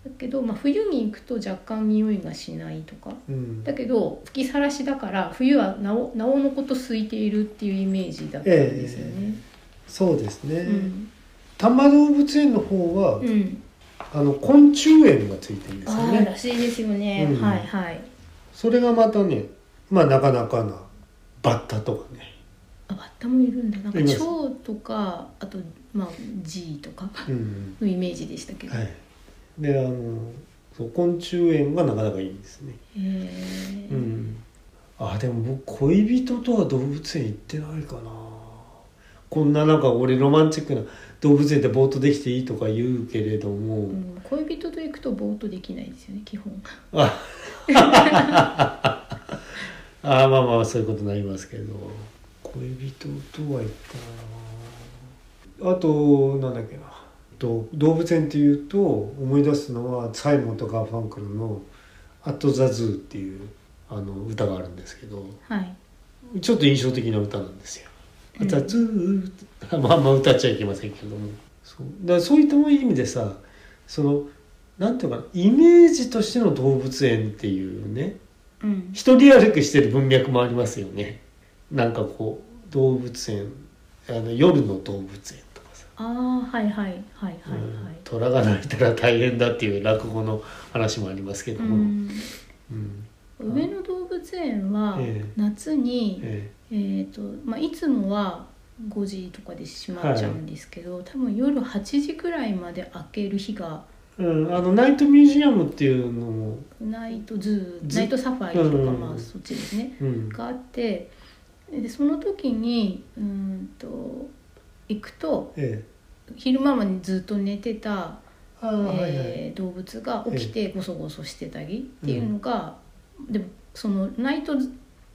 [SPEAKER 2] だけど、まあ、冬に行くと若干匂いがしないとか
[SPEAKER 1] うん
[SPEAKER 2] だけど吹きさらしだから冬はなおなおのこと空いているっていうイメージだったんですよね。
[SPEAKER 1] そうですね、
[SPEAKER 2] うん
[SPEAKER 1] 多摩動物園の方は、
[SPEAKER 2] うん、
[SPEAKER 1] あの昆虫園がついてるんですよ
[SPEAKER 2] ああ
[SPEAKER 1] ね
[SPEAKER 2] らしいですよね、
[SPEAKER 1] うん
[SPEAKER 2] はいはい
[SPEAKER 1] それがまたねまあなかなかなバッタとかね、
[SPEAKER 2] あバッタもいるんだなんか
[SPEAKER 1] います
[SPEAKER 2] 蝶とかあとまあ G とか
[SPEAKER 1] うん
[SPEAKER 2] のイメージでしたけど、
[SPEAKER 1] はい、であのそう昆虫園がなかなかいいですね
[SPEAKER 2] へえ
[SPEAKER 1] うん、あでも僕恋人とは動物園行ってないかなこんななんか俺ロマンチックな動物園でボートできていいとか言うけれども、
[SPEAKER 2] うん恋人と行くとぼーっとできないですよね基本
[SPEAKER 1] ああまあまあそういうことになりますけど恋人とは行ったなあとなんだっけなと動物園っていうと思い出すのはサイモンとガーファンクルの「アット・ザ・ズー」っていうあの歌があるんですけど
[SPEAKER 2] はい
[SPEAKER 1] ちょっと印象的な歌なんですよ。
[SPEAKER 2] うん
[SPEAKER 1] 歌ずーっとまあまあ歌っちゃいけませんけどもそうだからそういった意味でさそのなんていうのかなイメージとしての動物園っていうね
[SPEAKER 2] うん
[SPEAKER 1] 一人歩きしてる文脈もありますよねなんかこう動物園あの夜の動物園とかさ、
[SPEAKER 2] ああはいはいはいはい
[SPEAKER 1] うん
[SPEAKER 2] はい
[SPEAKER 1] 虎が鳴いたら大変だっていう落語の話もありますけども、うんうん
[SPEAKER 2] 上野動物園は
[SPEAKER 1] ええ
[SPEAKER 2] 夏に、え
[SPEAKER 1] え
[SPEAKER 2] ーとまあ、いつもは5時とかで閉まっちゃうんですけど、多分夜8時くらいまで開ける日が
[SPEAKER 1] えうん、あのナイトミュージアムっていうのも、
[SPEAKER 2] ナイトズー
[SPEAKER 1] ず
[SPEAKER 2] ナイトサファリとか、
[SPEAKER 1] うん
[SPEAKER 2] まあ、そっちですね
[SPEAKER 1] うん、
[SPEAKER 2] があってでその時にうーんと行くと
[SPEAKER 1] ええ
[SPEAKER 2] 昼間までずっと寝てた
[SPEAKER 1] ああ、はいはい
[SPEAKER 2] えー動物が起きてゴソゴソしてたりっていうのが、でもそのナイト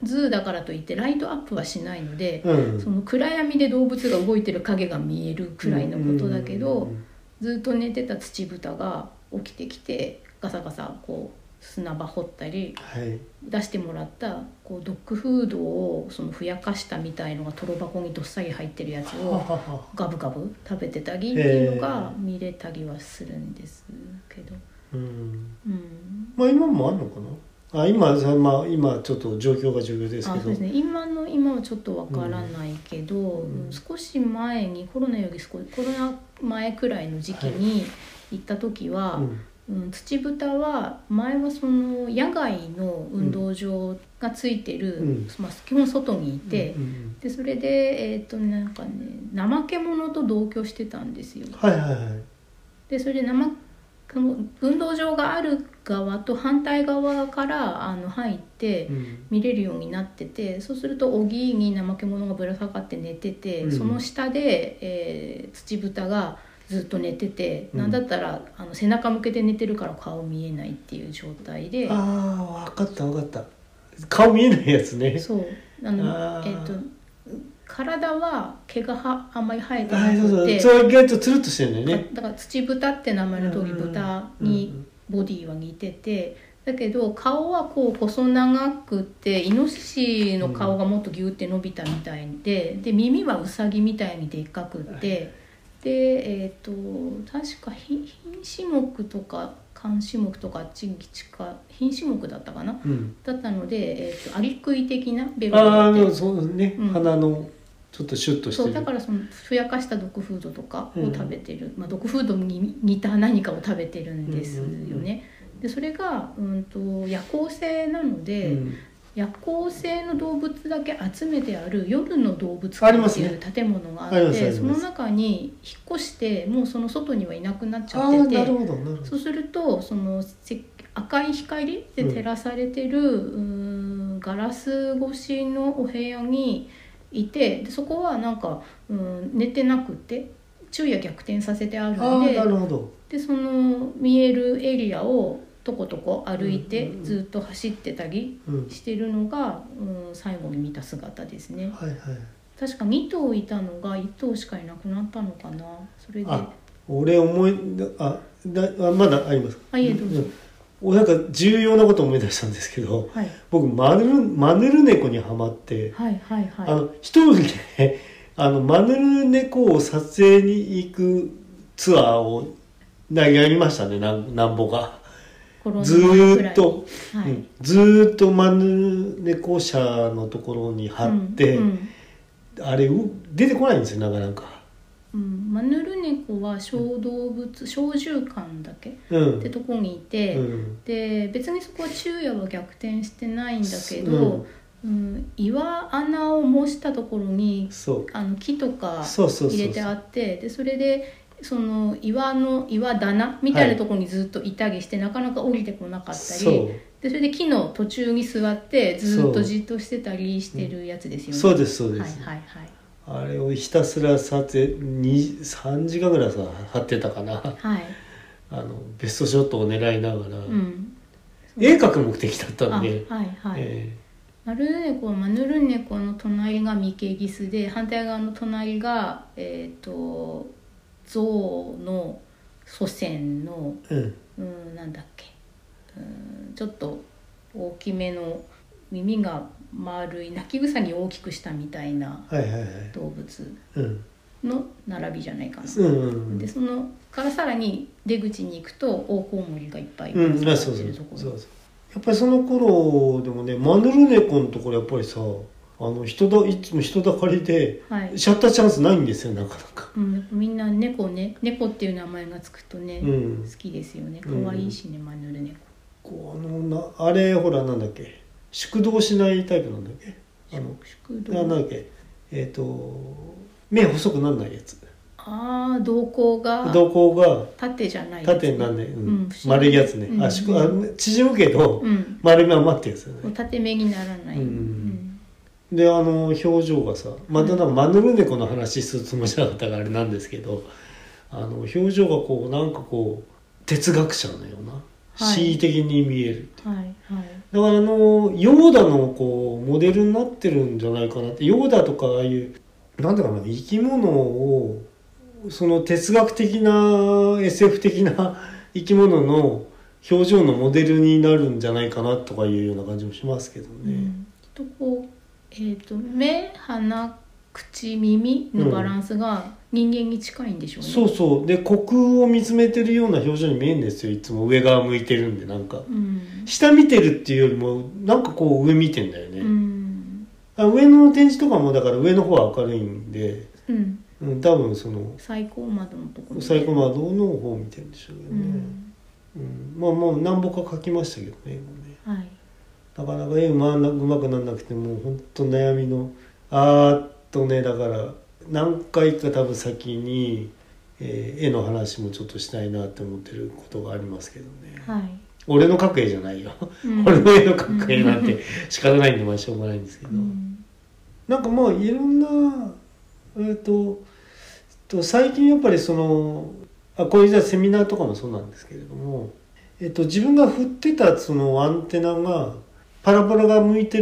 [SPEAKER 2] ズーだからといってライトアップはしないので、
[SPEAKER 1] うん
[SPEAKER 2] その暗闇で動物が動いてる影が見えるくらいのことだけど、
[SPEAKER 1] うん
[SPEAKER 2] ずっと寝てたツチブタが起きてきてガサガサこう砂場掘ったり
[SPEAKER 1] はい
[SPEAKER 2] 出してもらったこうドッグフードをそのふやかしたみたいのがトロ箱にどっさり入ってるやつをガブガブ食べてたりっていうのが見れたりはするんですけど、
[SPEAKER 1] うん
[SPEAKER 2] うん、
[SPEAKER 1] まあ今もあんのかなあ今さまあ今ちょっと状況が状況です
[SPEAKER 2] あ
[SPEAKER 1] け
[SPEAKER 2] そう
[SPEAKER 1] ど
[SPEAKER 2] ですね今の今はちょっとわからないけど、
[SPEAKER 1] んうん
[SPEAKER 2] 少し前にコロナより少しコロナ前くらいの時期に行った時は、
[SPEAKER 1] うん
[SPEAKER 2] うん、土豚は前はその野外の運動場がついてる、
[SPEAKER 1] うん
[SPEAKER 2] まあ、基本外にいて、
[SPEAKER 1] うん
[SPEAKER 2] でそれでえっ、となんかね怠け者と同居してたんですよ。
[SPEAKER 1] はいはいはい
[SPEAKER 2] でそれで生この運動場がある側と反対側からあの入って
[SPEAKER 1] うん
[SPEAKER 2] 見れるようになっててそうするとオギに怠け者がぶら下がって寝てて、
[SPEAKER 1] うん
[SPEAKER 2] その下で、えー、土豚がずっと寝てて、
[SPEAKER 1] うん
[SPEAKER 2] なんだったらあの背中向けて寝てるから顔見えないっていう状態で
[SPEAKER 1] ああ分かった分かった顔見えないやつね
[SPEAKER 2] そうあの
[SPEAKER 1] あー
[SPEAKER 2] えっ、と体は毛がはあんまり生えてな
[SPEAKER 1] はいそう
[SPEAKER 2] く
[SPEAKER 1] そう
[SPEAKER 2] て。
[SPEAKER 1] そう意外とつるっとしてるんだよね
[SPEAKER 2] だから土豚って名前の通り豚
[SPEAKER 1] うんうん
[SPEAKER 2] にボディは似ててだけど顔はこう細長くてイノシシの顔がもっとギュって伸びたみたいでで耳はウサギみたいにでっかくってでえっ、と確かひ品種目とか漢種目とかあっちに近品種目だったかな
[SPEAKER 1] うん
[SPEAKER 2] だったので、えー、とアリクイ的なベル
[SPEAKER 1] ああ
[SPEAKER 2] っ
[SPEAKER 1] でも
[SPEAKER 2] て
[SPEAKER 1] そうね
[SPEAKER 2] うん
[SPEAKER 1] 鼻のちょっとシュッとし
[SPEAKER 2] そ
[SPEAKER 1] て
[SPEAKER 2] うだ
[SPEAKER 1] る
[SPEAKER 2] からそのふやかしたドッグフードとかを食べてる、まあ、ドッグフードに似た何かを食べてるんですよね。
[SPEAKER 1] うんうん
[SPEAKER 2] でそれが、うん、と夜行性なので、
[SPEAKER 1] うん
[SPEAKER 2] 夜行性の動物だけ集めてある夜の動物
[SPEAKER 1] あり
[SPEAKER 2] 館
[SPEAKER 1] ま
[SPEAKER 2] っ
[SPEAKER 1] す
[SPEAKER 2] て
[SPEAKER 1] ね
[SPEAKER 2] いう建物があっ
[SPEAKER 1] あり
[SPEAKER 2] て
[SPEAKER 1] ますあります
[SPEAKER 2] その中に引っ越してもうその外にはいなくなっちゃ
[SPEAKER 1] あ
[SPEAKER 2] っ
[SPEAKER 1] あ
[SPEAKER 2] てて
[SPEAKER 1] なるほどなるほ
[SPEAKER 2] そ
[SPEAKER 1] ど
[SPEAKER 2] うするとそのせ赤い光で照らされてる、うーんガラス越しのお部屋にいてでそこはなんか、うん、寝てなくて昼夜逆転させてある
[SPEAKER 1] あ
[SPEAKER 2] の
[SPEAKER 1] あ
[SPEAKER 2] で
[SPEAKER 1] なるほど
[SPEAKER 2] でその見えるエリアをとことこ歩いて、
[SPEAKER 1] うんうんうん
[SPEAKER 2] ずっと走ってたり
[SPEAKER 1] うん
[SPEAKER 2] してるのが、うん、最後に見た姿ですね
[SPEAKER 1] はいはい
[SPEAKER 2] 確か2頭いたのが1頭しかいなくなったのかなそれで
[SPEAKER 1] あ
[SPEAKER 2] あ
[SPEAKER 1] 俺思いあだあまだありますか
[SPEAKER 2] いえどうぞ、
[SPEAKER 1] んおなんか重要なこと思い出したんですけど
[SPEAKER 2] はい、
[SPEAKER 1] 僕マヌルマヌル猫にはまって、
[SPEAKER 2] はいはいはい
[SPEAKER 1] あの一人であのマヌル猫を撮影に行くツアーをなやりましたねなんなんぼが、
[SPEAKER 2] コロナ
[SPEAKER 1] ずーっ
[SPEAKER 2] 前くらいに
[SPEAKER 1] と
[SPEAKER 2] は
[SPEAKER 1] う
[SPEAKER 2] い
[SPEAKER 1] ん、ずーっとマヌ猫舎のところに貼って、
[SPEAKER 2] うんうん
[SPEAKER 1] あれう出てこないんですよなかなか
[SPEAKER 2] うんマヌルネコは小動物小獣館だけ
[SPEAKER 1] う
[SPEAKER 2] って
[SPEAKER 1] ん
[SPEAKER 2] とこにいて、
[SPEAKER 1] うん
[SPEAKER 2] で別にそこは昼夜は逆転してないんだけ
[SPEAKER 1] うん
[SPEAKER 2] ど、うん、岩穴を模したところに
[SPEAKER 1] そう
[SPEAKER 2] あの木とか
[SPEAKER 1] そうそうそうそう
[SPEAKER 2] 入れてあってでそれでその岩の岩棚みたいなところにずっといたりして、なかなか降りてこなかったり
[SPEAKER 1] そう
[SPEAKER 2] でそれで木の途中に座ってずっとじっとしてたりしてるやつですよね。
[SPEAKER 1] そうですそうです、
[SPEAKER 2] はいはいはい
[SPEAKER 1] あれをひたすら撮影に3時間ぐらいさ貼ってたかな
[SPEAKER 2] はい、
[SPEAKER 1] あのベストショットを狙いながら、
[SPEAKER 2] うん、
[SPEAKER 1] 絵描く目的だったんで、
[SPEAKER 2] あはいはい、
[SPEAKER 1] え
[SPEAKER 2] マルルネコはマヌルネコの隣がミケギスで反対側の隣がえっ、と象の祖先の
[SPEAKER 1] えうん、
[SPEAKER 2] うんなんだっけうんちょっと大きめの耳が丸い泣き草に大きくしたみたいな
[SPEAKER 1] はいはいはい
[SPEAKER 2] 動物
[SPEAKER 1] うん
[SPEAKER 2] の並びじゃないかな。
[SPEAKER 1] うんうん
[SPEAKER 2] でそのからさらに出口に行くと大コウモリがいっぱい
[SPEAKER 1] うん、あそう
[SPEAKER 2] っ
[SPEAKER 1] そ
[SPEAKER 2] て
[SPEAKER 1] う
[SPEAKER 2] る
[SPEAKER 1] そ
[SPEAKER 2] と
[SPEAKER 1] う
[SPEAKER 2] こ
[SPEAKER 1] そ
[SPEAKER 2] ろ
[SPEAKER 1] うやっぱりその頃でもねマヌルネコのところやっぱりさあの人だいつも人だかりで
[SPEAKER 2] はい
[SPEAKER 1] シャッターチャンスないんですよなかなか
[SPEAKER 2] うん、やっぱみんな猫ね猫っていう名前がつくとね、
[SPEAKER 1] うん
[SPEAKER 2] 好きですよね
[SPEAKER 1] うん
[SPEAKER 2] 可愛いしね、マヌル猫
[SPEAKER 1] このなあれほらなんだっけ宿道しないタイプなんだっけあの
[SPEAKER 2] 宿
[SPEAKER 1] ななん
[SPEAKER 2] 堂
[SPEAKER 1] だっけえっ、と目細くなんないやつ
[SPEAKER 2] ああ瞳孔が
[SPEAKER 1] 瞳孔が
[SPEAKER 2] 縦じゃないやつね
[SPEAKER 1] 縦になんない、うん
[SPEAKER 2] うん不思議
[SPEAKER 1] 丸いやつね、
[SPEAKER 2] うん
[SPEAKER 1] あ縮あ縮むけど、
[SPEAKER 2] うん
[SPEAKER 1] 丸みは待ってるやつよ
[SPEAKER 2] こう
[SPEAKER 1] ね
[SPEAKER 2] 縦目にならない、
[SPEAKER 1] うんであの表情がさまたなんかマヌルネコの話するつもりじゃなかったからあれなんですけどあの表情がこうなんかこう哲学者のような
[SPEAKER 2] はい
[SPEAKER 1] 恣意的に見える、
[SPEAKER 2] うんはいはい
[SPEAKER 1] だからあのヨーダのこうモデルになってるんじゃないかなってヨーダとかああいうなんだかな生き物をその哲学的な SF 的な生き物の表情のモデルになるんじゃないかなとかいうような感じもしますけど
[SPEAKER 2] う
[SPEAKER 1] ね。
[SPEAKER 2] ん、きっとこうえっ、と目鼻口耳のバランスが人間に近いんでしょうね、
[SPEAKER 1] そうそうで虚空を見つめてるような表情に見えるんですよいつも上側向いてるんでなんか
[SPEAKER 2] うん
[SPEAKER 1] 下見てるっていうよりもなんかこう上見てんだよ
[SPEAKER 2] う
[SPEAKER 1] ね、
[SPEAKER 2] ん
[SPEAKER 1] あ上の展示とかもだから上の方は明るいんで、
[SPEAKER 2] うん
[SPEAKER 1] うん、多分その
[SPEAKER 2] 最高窓のところで
[SPEAKER 1] 最後までどの方を見てるんでしょうけど
[SPEAKER 2] う
[SPEAKER 1] ね、
[SPEAKER 2] ん
[SPEAKER 1] うんまあもう何本か書きましたけどねもうね
[SPEAKER 2] はい
[SPEAKER 1] なかなか絵うまなうまくなんなくてもう本当悩みのあーっとねだから何回か多分先に、えー絵の話もちょっとしたいなって思ってることがありますけどね、
[SPEAKER 2] はい
[SPEAKER 1] 俺の描く絵じゃないよ、
[SPEAKER 2] う ん
[SPEAKER 1] 俺の絵の描く絵なんて仕方ないんでまあしょうがないんですけど、
[SPEAKER 2] うん
[SPEAKER 1] なんかまあいろんなえっ、とと最近やっぱりそのあこういうセミナーとかもそうなんですけれども、えっと自分が振ってたそのアンテナがパラボラが向いて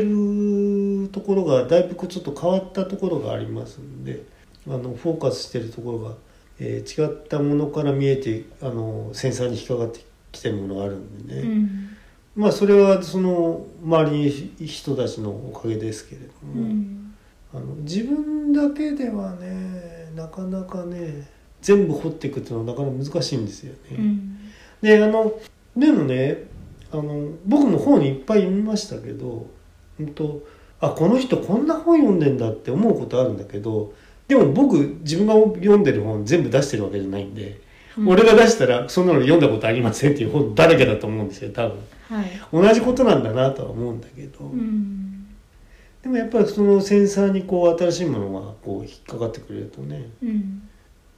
[SPEAKER 1] るところがだいぶこうちょっと変わったところがありますんであのフォーカスしてるところが、えー違ったものから見えてあのセンサーに引っかかってきてるものがあるんでね。
[SPEAKER 2] うん
[SPEAKER 1] まあそれはその周りにい人たちのおかげですけれど
[SPEAKER 2] う
[SPEAKER 1] も、
[SPEAKER 2] ん
[SPEAKER 1] あの自分だけではねなかなかね全部掘っていくっていうのはなかなか難しいんですよね。
[SPEAKER 2] うん
[SPEAKER 1] であのでもねあの僕も本いっぱい読みましたけど、うんと、あこの人こんな本読んでんだって思うことあるんだけどでも僕自分が読んでる本全部出してるわけじゃないんで、俺が出したらそんなの読んだことありませんっていう本だらけだと思うんですよ多分。
[SPEAKER 2] はい
[SPEAKER 1] 同じことなんだなとは思うんだけど、
[SPEAKER 2] うん
[SPEAKER 1] でもやっぱりそのセンサーにこう新しいものがこう引っかかってくれるとね
[SPEAKER 2] うん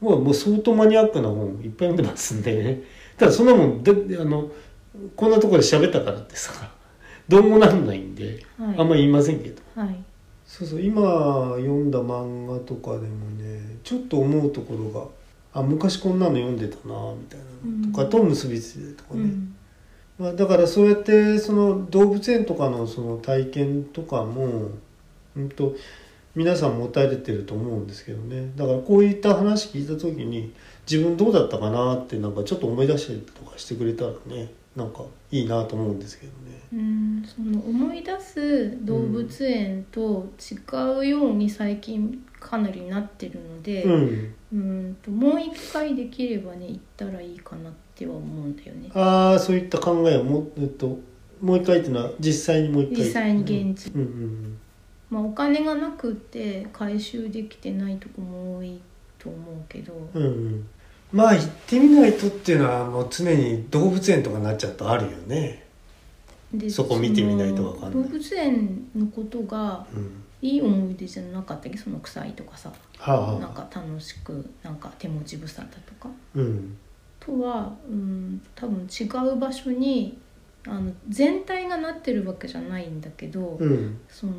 [SPEAKER 1] もうもう相当マニアックな本いっぱい読んでますんでね ただそんなもんであのこんなところで喋ったからってさ どうもなんないんで、
[SPEAKER 2] はい
[SPEAKER 1] あんまり言いませんけど
[SPEAKER 2] はい
[SPEAKER 1] そうそう今読んだ漫画とかでもねちょっと思うところがあ昔こんなの読んでたなみたいなのとかと結びついたりとか
[SPEAKER 2] う
[SPEAKER 1] ね、
[SPEAKER 2] ん
[SPEAKER 1] まあ、だからそうやってその動物園とかのその体験とかも、うん、と皆さん持たれてると思うんですけどねだからこういった話聞いた時に自分どうだったかなってなんかちょっと思い出したりとかしてくれたらねなんかいいなと思うんですけどね。
[SPEAKER 2] うんその思い出す動物園と違うように最近かなりなってるので、
[SPEAKER 1] うん、
[SPEAKER 2] うんともう一回できればね行ったらいいかなっては思うんだよね
[SPEAKER 1] ああそういった考えをもえっともう一回っていうのは実際にもう一回
[SPEAKER 2] 実際に現地、
[SPEAKER 1] うんうん
[SPEAKER 2] まあ、お金がなくて回収できてないとこも多いと思うけど、
[SPEAKER 1] うんうんうんまあ行ってみないとっていうのはもう常に動物園とかになっちゃうとあるよね。
[SPEAKER 2] で
[SPEAKER 1] そこ見てみないとわかんない
[SPEAKER 2] その動物園のことが
[SPEAKER 1] うん、
[SPEAKER 2] いい思い出じゃなかったっけその臭いとかさ
[SPEAKER 1] はあ、は
[SPEAKER 2] なん
[SPEAKER 1] あ、
[SPEAKER 2] か楽しくなんか手持ち無沙汰とか
[SPEAKER 1] うん
[SPEAKER 2] とはうん多分違う場所にあの全体がなってるわけじゃないんだけど、
[SPEAKER 1] うん
[SPEAKER 2] その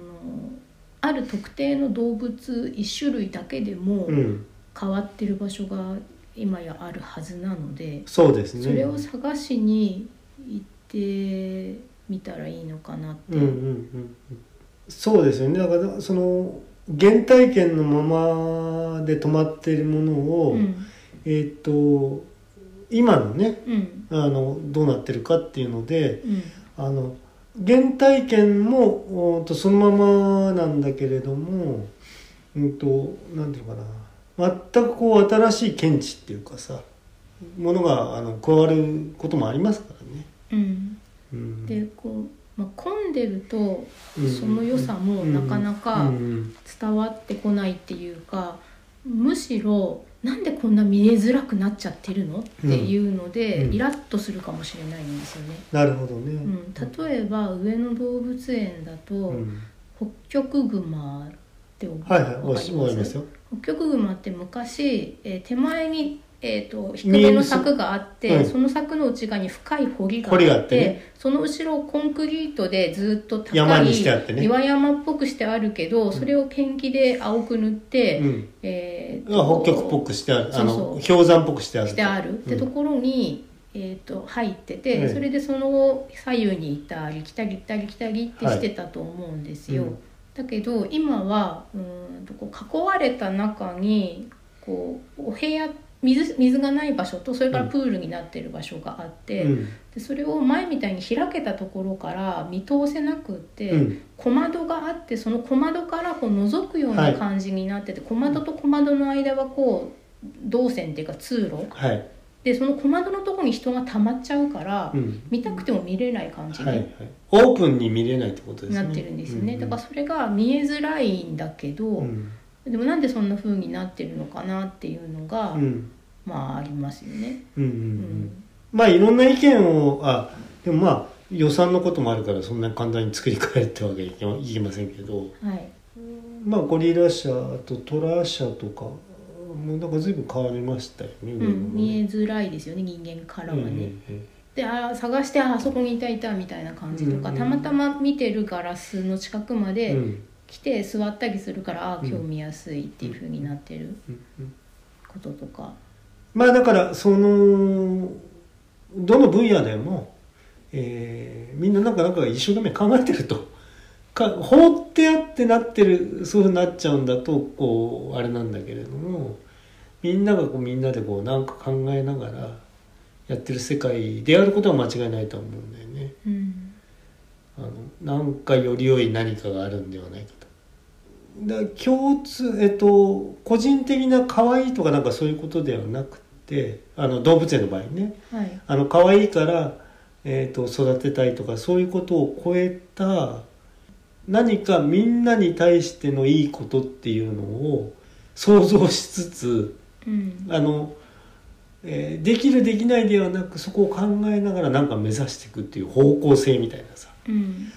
[SPEAKER 2] ある特定の動物一種類だけでも
[SPEAKER 1] うん
[SPEAKER 2] 変わってる場所が今やあるはずなので、
[SPEAKER 1] そうですね。
[SPEAKER 2] それを探しに行ってみたらいいのかなって。
[SPEAKER 1] うんうんうんうんそうですよねだからその原体験のままで止まっているものを、
[SPEAKER 2] うん
[SPEAKER 1] えーっ、と今のね
[SPEAKER 2] うん
[SPEAKER 1] あのどうなってるかっていうので
[SPEAKER 2] うん
[SPEAKER 1] あの原体験もおーっとそのままなんだけれどもうんとなんていうのかな全くこう新しい見地っていうかさものがあの加わることもありますからね。
[SPEAKER 2] うん
[SPEAKER 1] うん、
[SPEAKER 2] でこう、まあ、混んでると
[SPEAKER 1] うん
[SPEAKER 2] その良さもなかなか
[SPEAKER 1] うんうん
[SPEAKER 2] 伝わってこないっていうかむしろなんでこんな見えづらくなっちゃってるのっていうので、
[SPEAKER 1] うん
[SPEAKER 2] イラッとするかもしれないんですよね。
[SPEAKER 1] なるほどね。
[SPEAKER 2] うん、例えば上野動物園だと、
[SPEAKER 1] うん
[SPEAKER 2] 北極熊って覚
[SPEAKER 1] はい
[SPEAKER 2] え
[SPEAKER 1] はい、
[SPEAKER 2] わ
[SPEAKER 1] わ
[SPEAKER 2] か
[SPEAKER 1] かり
[SPEAKER 2] りま
[SPEAKER 1] ますすよ。
[SPEAKER 2] 北極熊って昔、えー手前に、えー、と低
[SPEAKER 1] 見える
[SPEAKER 2] めの柵があって、
[SPEAKER 1] うん
[SPEAKER 2] その柵の内側に深い堀があっ
[SPEAKER 1] 堀
[SPEAKER 2] て
[SPEAKER 1] があってね
[SPEAKER 2] その後ろをコンクリートでずっと高い
[SPEAKER 1] 山にしてあってね
[SPEAKER 2] 岩山っぽくしてあるけどそれをペンキで青く塗って、
[SPEAKER 1] うん。
[SPEAKER 2] えー
[SPEAKER 1] が
[SPEAKER 2] と
[SPEAKER 1] 北極っぽくしてある、あの
[SPEAKER 2] そう
[SPEAKER 1] 氷山っぽくしてある。
[SPEAKER 2] してあるってところに、えー、と入ってて、
[SPEAKER 1] ええ
[SPEAKER 2] それでその後左右に行ったり来たり行ったり来たりってしてたと思うんですよ。
[SPEAKER 1] はいうん
[SPEAKER 2] だけど今はうーんとこう囲われた中にこうお部屋水水がない場所とそれからプールになってる場所があって、
[SPEAKER 1] うん
[SPEAKER 2] でそれを前みたいに開けたところから見通せなくって、
[SPEAKER 1] うん
[SPEAKER 2] 小窓があってその小窓からこう覗くような感じになってて、小窓と小窓の間はこう動線っていうか通路
[SPEAKER 1] はい。
[SPEAKER 2] でその小窓のとこに人が溜まっちゃうから、
[SPEAKER 1] うん。
[SPEAKER 2] 見たくても見れない感じ
[SPEAKER 1] はい。は
[SPEAKER 2] に
[SPEAKER 1] い。オープンに見れないってことですね。
[SPEAKER 2] なってるんですよね、
[SPEAKER 1] う
[SPEAKER 2] だからそれが見えづらいんだけど、
[SPEAKER 1] うん。
[SPEAKER 2] でもなんでそんな風になってるのかなっていうのが、
[SPEAKER 1] うん。うん。
[SPEAKER 2] まあありますよね。
[SPEAKER 1] うん。う。
[SPEAKER 2] うんん
[SPEAKER 1] まあ、いろんな意見を、あ、でも、まあ。予算のこともあるからそんなに簡単に作り変えるってわけにいきまいきませんけど
[SPEAKER 2] はい
[SPEAKER 1] まあゴリラ社あとトラ社とかもうなんか随分変わりましたよね、
[SPEAKER 2] うん、見え
[SPEAKER 1] え
[SPEAKER 2] づらいですよね人間からはね。
[SPEAKER 1] うん
[SPEAKER 2] であ探してああそこにいたいたみたいな感じとか、
[SPEAKER 1] うん
[SPEAKER 2] たまたま見てるガラスの近く
[SPEAKER 1] う
[SPEAKER 2] ま
[SPEAKER 1] んう
[SPEAKER 2] で
[SPEAKER 1] ん
[SPEAKER 2] 来て座ったりするから、
[SPEAKER 1] う
[SPEAKER 2] あ
[SPEAKER 1] ん
[SPEAKER 2] あ興味やすいっていう風になってる
[SPEAKER 1] うんうん
[SPEAKER 2] こととか。
[SPEAKER 1] まあだからそのどの分野でも、えーみんななんかなんか一生懸命考えてると か放ってあってなってるそういうふうになっちゃうんだとこうあれなんだけれどもみんながこうみんなでこうなんか考えながらやってる世界であることは間違いないと思うんだよね。
[SPEAKER 2] うん
[SPEAKER 1] あのなんかより良い何かがあるんではないかと。だから共通えっと個人的な可愛いとかなんかそういうことではなくてあの動物園の場合ね
[SPEAKER 2] はい
[SPEAKER 1] あの可愛いから、えっと育てたいとかそういうことを超えた何かみんなに対してのいいことっていうのを想像しつつ
[SPEAKER 2] うん
[SPEAKER 1] あの、えーできるできないではなくそこを考えながらなんか目指していくっていう方向性みたいなさ。
[SPEAKER 2] うん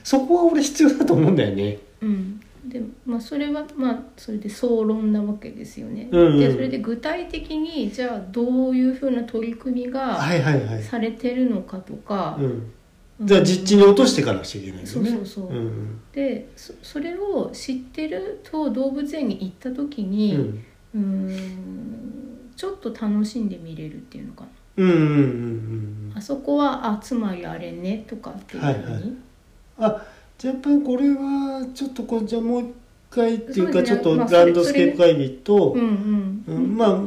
[SPEAKER 1] そこは俺必要だと思うんだよね。
[SPEAKER 2] うんでまあ、それはまあそれで総論なわけですよね、
[SPEAKER 1] うんうん
[SPEAKER 2] でそれで具体的にじゃあどういうふうな取り組みが
[SPEAKER 1] はいはいはい。
[SPEAKER 2] されてるのかとか、
[SPEAKER 1] うん。じゃあ実地に落としていかなくちゃいけないよね。
[SPEAKER 2] そうそうそう
[SPEAKER 1] うん
[SPEAKER 2] でそそれを知ってると動物園に行った時
[SPEAKER 1] うん。う
[SPEAKER 2] に、
[SPEAKER 1] ん
[SPEAKER 2] うーんちょっと楽しんで見れるっていうのかな、
[SPEAKER 1] うんうんうんうん。
[SPEAKER 2] あそこはあつまりあれねとかっていうふうに、
[SPEAKER 1] はいはいあ、じゃあやっぱりこれはちょっとこうじゃあもう一回っていうか
[SPEAKER 2] そう
[SPEAKER 1] ち
[SPEAKER 2] です
[SPEAKER 1] ょっ
[SPEAKER 2] ね
[SPEAKER 1] と
[SPEAKER 2] ま
[SPEAKER 1] ラ
[SPEAKER 2] あ
[SPEAKER 1] ンドスケープ会議と
[SPEAKER 2] う、んうん、
[SPEAKER 1] うんまあ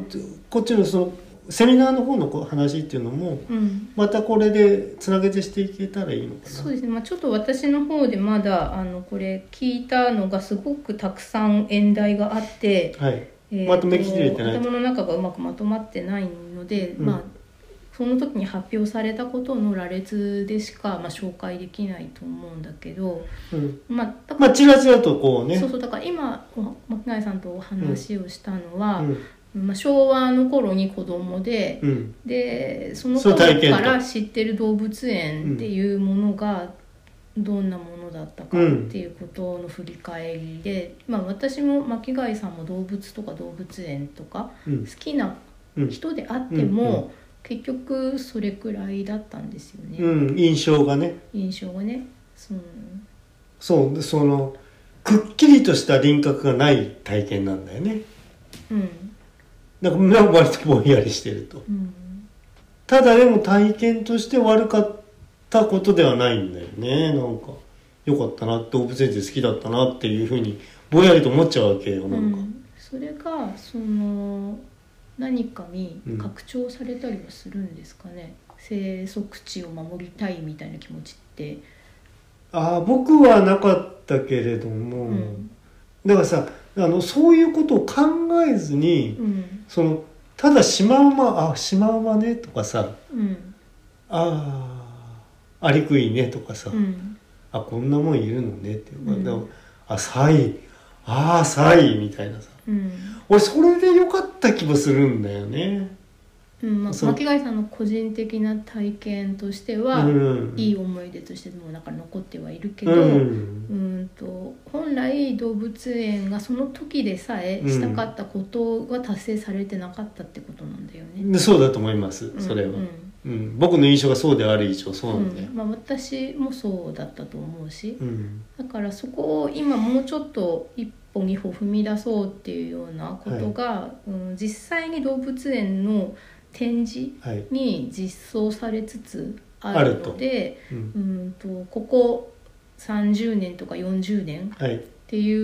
[SPEAKER 1] こっちのそのセミナーの方のこう話っていうのも
[SPEAKER 2] うん、
[SPEAKER 1] またこれでつなげてしていけたらいいのかな
[SPEAKER 2] そうですね、まあ、ちょっと私の方でまだあのこれ聞いたのがすごくたくさん演題があって、
[SPEAKER 1] はい
[SPEAKER 2] え
[SPEAKER 1] まとめきれてない
[SPEAKER 2] 頭の中がうまくまとまってないので、
[SPEAKER 1] うん
[SPEAKER 2] まあその時に発表されたことの羅列でしか、まあ、紹介できないと思うんだけど、
[SPEAKER 1] うん、
[SPEAKER 2] まあ、だか
[SPEAKER 1] ま
[SPEAKER 2] ら
[SPEAKER 1] あちらちらとこうね
[SPEAKER 2] そうそうだから今お巻貝さんとお話をしたのは、
[SPEAKER 1] うん
[SPEAKER 2] まあ、昭和の頃に子供で、
[SPEAKER 1] うん
[SPEAKER 2] でその
[SPEAKER 1] その
[SPEAKER 2] 頃
[SPEAKER 1] 体験と
[SPEAKER 2] から知ってる動物園っていうものがどんなものだったかっていうことの振り返りで、まあ、私も巻貝さんも動物とか動物園とか
[SPEAKER 1] う
[SPEAKER 2] 好
[SPEAKER 1] ん
[SPEAKER 2] きな
[SPEAKER 1] うん
[SPEAKER 2] 人であって
[SPEAKER 1] うんう
[SPEAKER 2] も結局それくらいだったんですよね、
[SPEAKER 1] うん印象がね
[SPEAKER 2] 印象がね。そう
[SPEAKER 1] そうでそのくっきりとした輪郭がない体験なんだよね
[SPEAKER 2] うん
[SPEAKER 1] だから割とぼんやりしてると
[SPEAKER 2] うん
[SPEAKER 1] ただでも体験として悪かったことではないんだよねなんか良かったな動物園って好きだったなっていうふうにぼんやりと思っちゃうわけよ
[SPEAKER 2] う
[SPEAKER 1] なんか、
[SPEAKER 2] ん、それがその何かに
[SPEAKER 1] うん
[SPEAKER 2] 拡張されたりはするんですかね、生息地を守りたいみたいな気持ちって、
[SPEAKER 1] ああ僕はなかったけれども、
[SPEAKER 2] うん
[SPEAKER 1] だからさあのそういうことを考えずに、
[SPEAKER 2] うん
[SPEAKER 1] そのただシマウマあシマウマねとかさ
[SPEAKER 2] うん
[SPEAKER 1] ああアリクイねとかさ、
[SPEAKER 2] うん
[SPEAKER 1] あこんなもんいるのねっていうか、
[SPEAKER 2] うん
[SPEAKER 1] でもあサイああサイみたいなさ
[SPEAKER 2] うん
[SPEAKER 1] 俺それで良かった気もするんだよね。
[SPEAKER 2] うんまあ、
[SPEAKER 1] そう
[SPEAKER 2] 巻貝さんの個人的な体験としては、
[SPEAKER 1] うん、
[SPEAKER 2] いい
[SPEAKER 1] よ
[SPEAKER 2] 思い出としてもなんか残ってはいるけ
[SPEAKER 1] け
[SPEAKER 2] ど、
[SPEAKER 1] うん
[SPEAKER 2] うんと本来動物園がその時でさえしたかったことが達成されてなかったってことなんだよね。
[SPEAKER 1] でそうだと思います
[SPEAKER 2] うん
[SPEAKER 1] それは、
[SPEAKER 2] う
[SPEAKER 1] うん
[SPEAKER 2] ん
[SPEAKER 1] 僕の印象がそうである以上そうなんだよ
[SPEAKER 2] うん。まあ、私もそうだったと思うし、
[SPEAKER 1] うん
[SPEAKER 2] だからそこを今もうちょっと一歩二歩踏み出そうっていうようなことが、うん、実際に動物園の展示
[SPEAKER 1] はい
[SPEAKER 2] に実装されつつあるので
[SPEAKER 1] うん
[SPEAKER 2] うんとここ30年とか40年
[SPEAKER 1] はい
[SPEAKER 2] ってい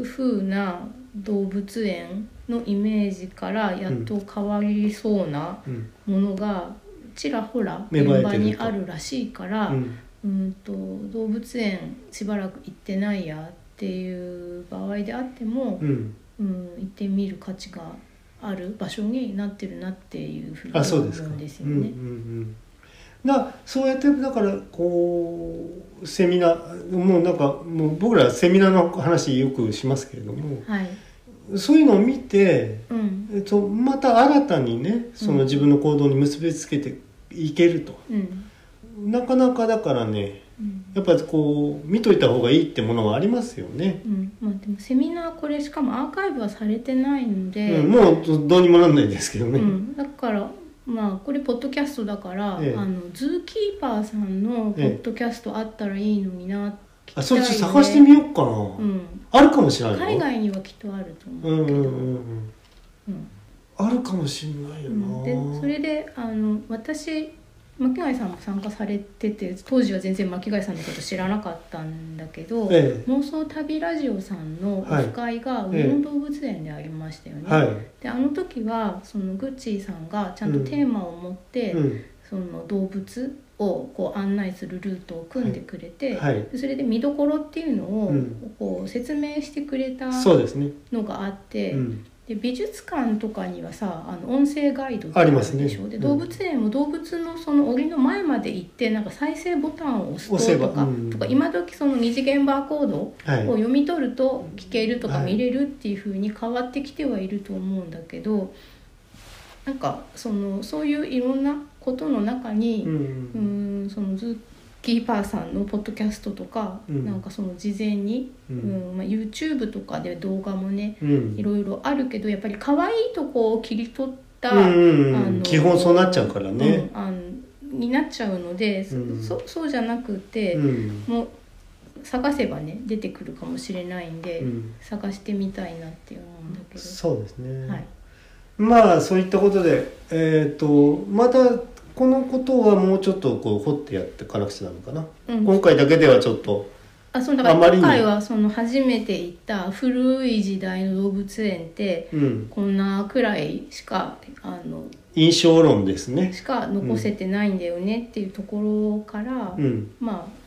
[SPEAKER 2] う風な動物園のイメージからやっと変わりそうな
[SPEAKER 1] うん
[SPEAKER 2] ものがちらほら
[SPEAKER 1] 芽生えて
[SPEAKER 2] 現
[SPEAKER 1] ると
[SPEAKER 2] 場にあるらしいから。
[SPEAKER 1] うん
[SPEAKER 2] うんと動物園しばらく行ってないやっていう場合であっても
[SPEAKER 1] う、ん
[SPEAKER 2] うん行ってみる価値がある場所になってるなっていうふうに
[SPEAKER 1] あ
[SPEAKER 2] 思
[SPEAKER 1] そううんで
[SPEAKER 2] ですす
[SPEAKER 1] か
[SPEAKER 2] よね。
[SPEAKER 1] うんうんうんなそうやってだからこうセミナーもうなんかもう僕らセミナーの話よくしますけれども
[SPEAKER 2] はい、
[SPEAKER 1] そういうのを見て
[SPEAKER 2] うん
[SPEAKER 1] えっと、また新たにねその自分の行動に結びつけていけると、
[SPEAKER 2] うん
[SPEAKER 1] なかなかだからね
[SPEAKER 2] うん
[SPEAKER 1] やっぱこう見といた方がいいってものはありますよね、
[SPEAKER 2] うんまあ、でもセミナーこれしかもアーカイブはされてないので、
[SPEAKER 1] うん、もうどどうにもなんないですけどね、
[SPEAKER 2] うんだからまあこれポッドキャストだから、
[SPEAKER 1] ええ
[SPEAKER 2] あのズーキーパーさんのポッドキャストあったらいいのにな、聞きた
[SPEAKER 1] あ
[SPEAKER 2] い
[SPEAKER 1] それ
[SPEAKER 2] よ
[SPEAKER 1] ちょっ
[SPEAKER 2] ね
[SPEAKER 1] と探してみようかな、
[SPEAKER 2] うん、
[SPEAKER 1] あるかもしれないよ
[SPEAKER 2] 海外にはきっとあると思
[SPEAKER 1] うん
[SPEAKER 2] う
[SPEAKER 1] うん
[SPEAKER 2] けど、
[SPEAKER 1] うんうん
[SPEAKER 2] うん
[SPEAKER 1] あるかもしれないよ
[SPEAKER 2] う
[SPEAKER 1] な、
[SPEAKER 2] んでそれであの私巻貝さんも参加されてて当時は全然巻貝さんのこと知らなかったんだけど、
[SPEAKER 1] え
[SPEAKER 2] 妄想旅ラジオさんのオフ会が
[SPEAKER 1] ええ
[SPEAKER 2] 上野動物園でありましたよね。
[SPEAKER 1] えはい、
[SPEAKER 2] であの時はそのグッチーさんがちゃんとテーマを持って、
[SPEAKER 1] うん、
[SPEAKER 2] その動物をこう案内するルートを組んでくれて、
[SPEAKER 1] はい
[SPEAKER 2] でそれで見どころっていうのを
[SPEAKER 1] うん
[SPEAKER 2] こう説明してくれた
[SPEAKER 1] そうですね、
[SPEAKER 2] のがあって。
[SPEAKER 1] うん、
[SPEAKER 2] で美術館とかにはさあの音声ガイドとか
[SPEAKER 1] ありますね
[SPEAKER 2] でしょで
[SPEAKER 1] うん
[SPEAKER 2] 動物園も動物のその檻の前まで行ってなんか再生ボタンを押
[SPEAKER 1] 押
[SPEAKER 2] す
[SPEAKER 1] せ
[SPEAKER 2] と
[SPEAKER 1] ば
[SPEAKER 2] とか,、
[SPEAKER 1] うん
[SPEAKER 2] とか今時その二次元バーコードを
[SPEAKER 1] はい
[SPEAKER 2] 読み取ると聞けるとか
[SPEAKER 1] はい
[SPEAKER 2] 見れるっていう風に変わってきてはいると思うんだけど、なんかそのそういういろんなことの中に、う
[SPEAKER 1] うん
[SPEAKER 2] ーんそのズッキーパーさんのポッドキャストとか、
[SPEAKER 1] うん
[SPEAKER 2] なんかその事前に、
[SPEAKER 1] う
[SPEAKER 2] うんんまあ、YouTube とかで動画もね
[SPEAKER 1] うん
[SPEAKER 2] いろいろあるけどやっぱり可愛いとこを切り取った、
[SPEAKER 1] うんうんうん
[SPEAKER 2] あの
[SPEAKER 1] 基本そうなっちゃうからね、
[SPEAKER 2] うんあのになっちゃうので、そ
[SPEAKER 1] うん
[SPEAKER 2] そそうじゃなくて、
[SPEAKER 1] うん
[SPEAKER 2] もう探せばね出てくるかもしれないんで、
[SPEAKER 1] うん
[SPEAKER 2] 探してみたいなって思うんだけど、
[SPEAKER 1] そうですね、
[SPEAKER 2] はい、
[SPEAKER 1] まあそういったことで、えー、とまたこのことはもうちょっとこう掘ってやっていかなくちゃなのかな、
[SPEAKER 2] うん
[SPEAKER 1] 今回だけではちょっと
[SPEAKER 2] あそうだか
[SPEAKER 1] あま
[SPEAKER 2] ら
[SPEAKER 1] りに
[SPEAKER 2] 今回はその初めて行った古い時代の動物園って
[SPEAKER 1] うん、
[SPEAKER 2] こんなくらいしかあの
[SPEAKER 1] 印象論ですね。
[SPEAKER 2] しか残せてないんだよねっていうところから、
[SPEAKER 1] うん、
[SPEAKER 2] まあ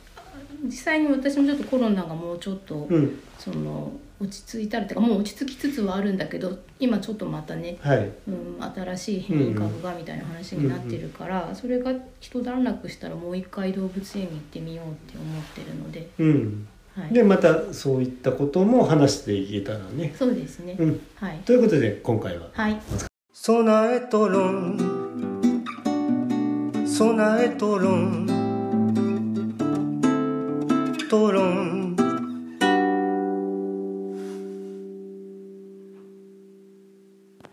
[SPEAKER 2] 実際に私もちょっとコロナがもうちょっと、
[SPEAKER 1] うん、
[SPEAKER 2] その落ち着いたらっていうかもう落ち着きつつはあるんだけど今ちょっとまたね、
[SPEAKER 1] はい、
[SPEAKER 2] うん、新しい変異株がみたいな話になってるから、それが一段落したらもう一回動物園に行ってみようって思ってるので、
[SPEAKER 1] うん。
[SPEAKER 2] はい、
[SPEAKER 1] で、またそういったことも話していけたらね。
[SPEAKER 2] そうですね、
[SPEAKER 1] うん、
[SPEAKER 2] はい、
[SPEAKER 1] ということで、今回は。
[SPEAKER 2] はい、
[SPEAKER 1] 備えとろん備えとろんとろん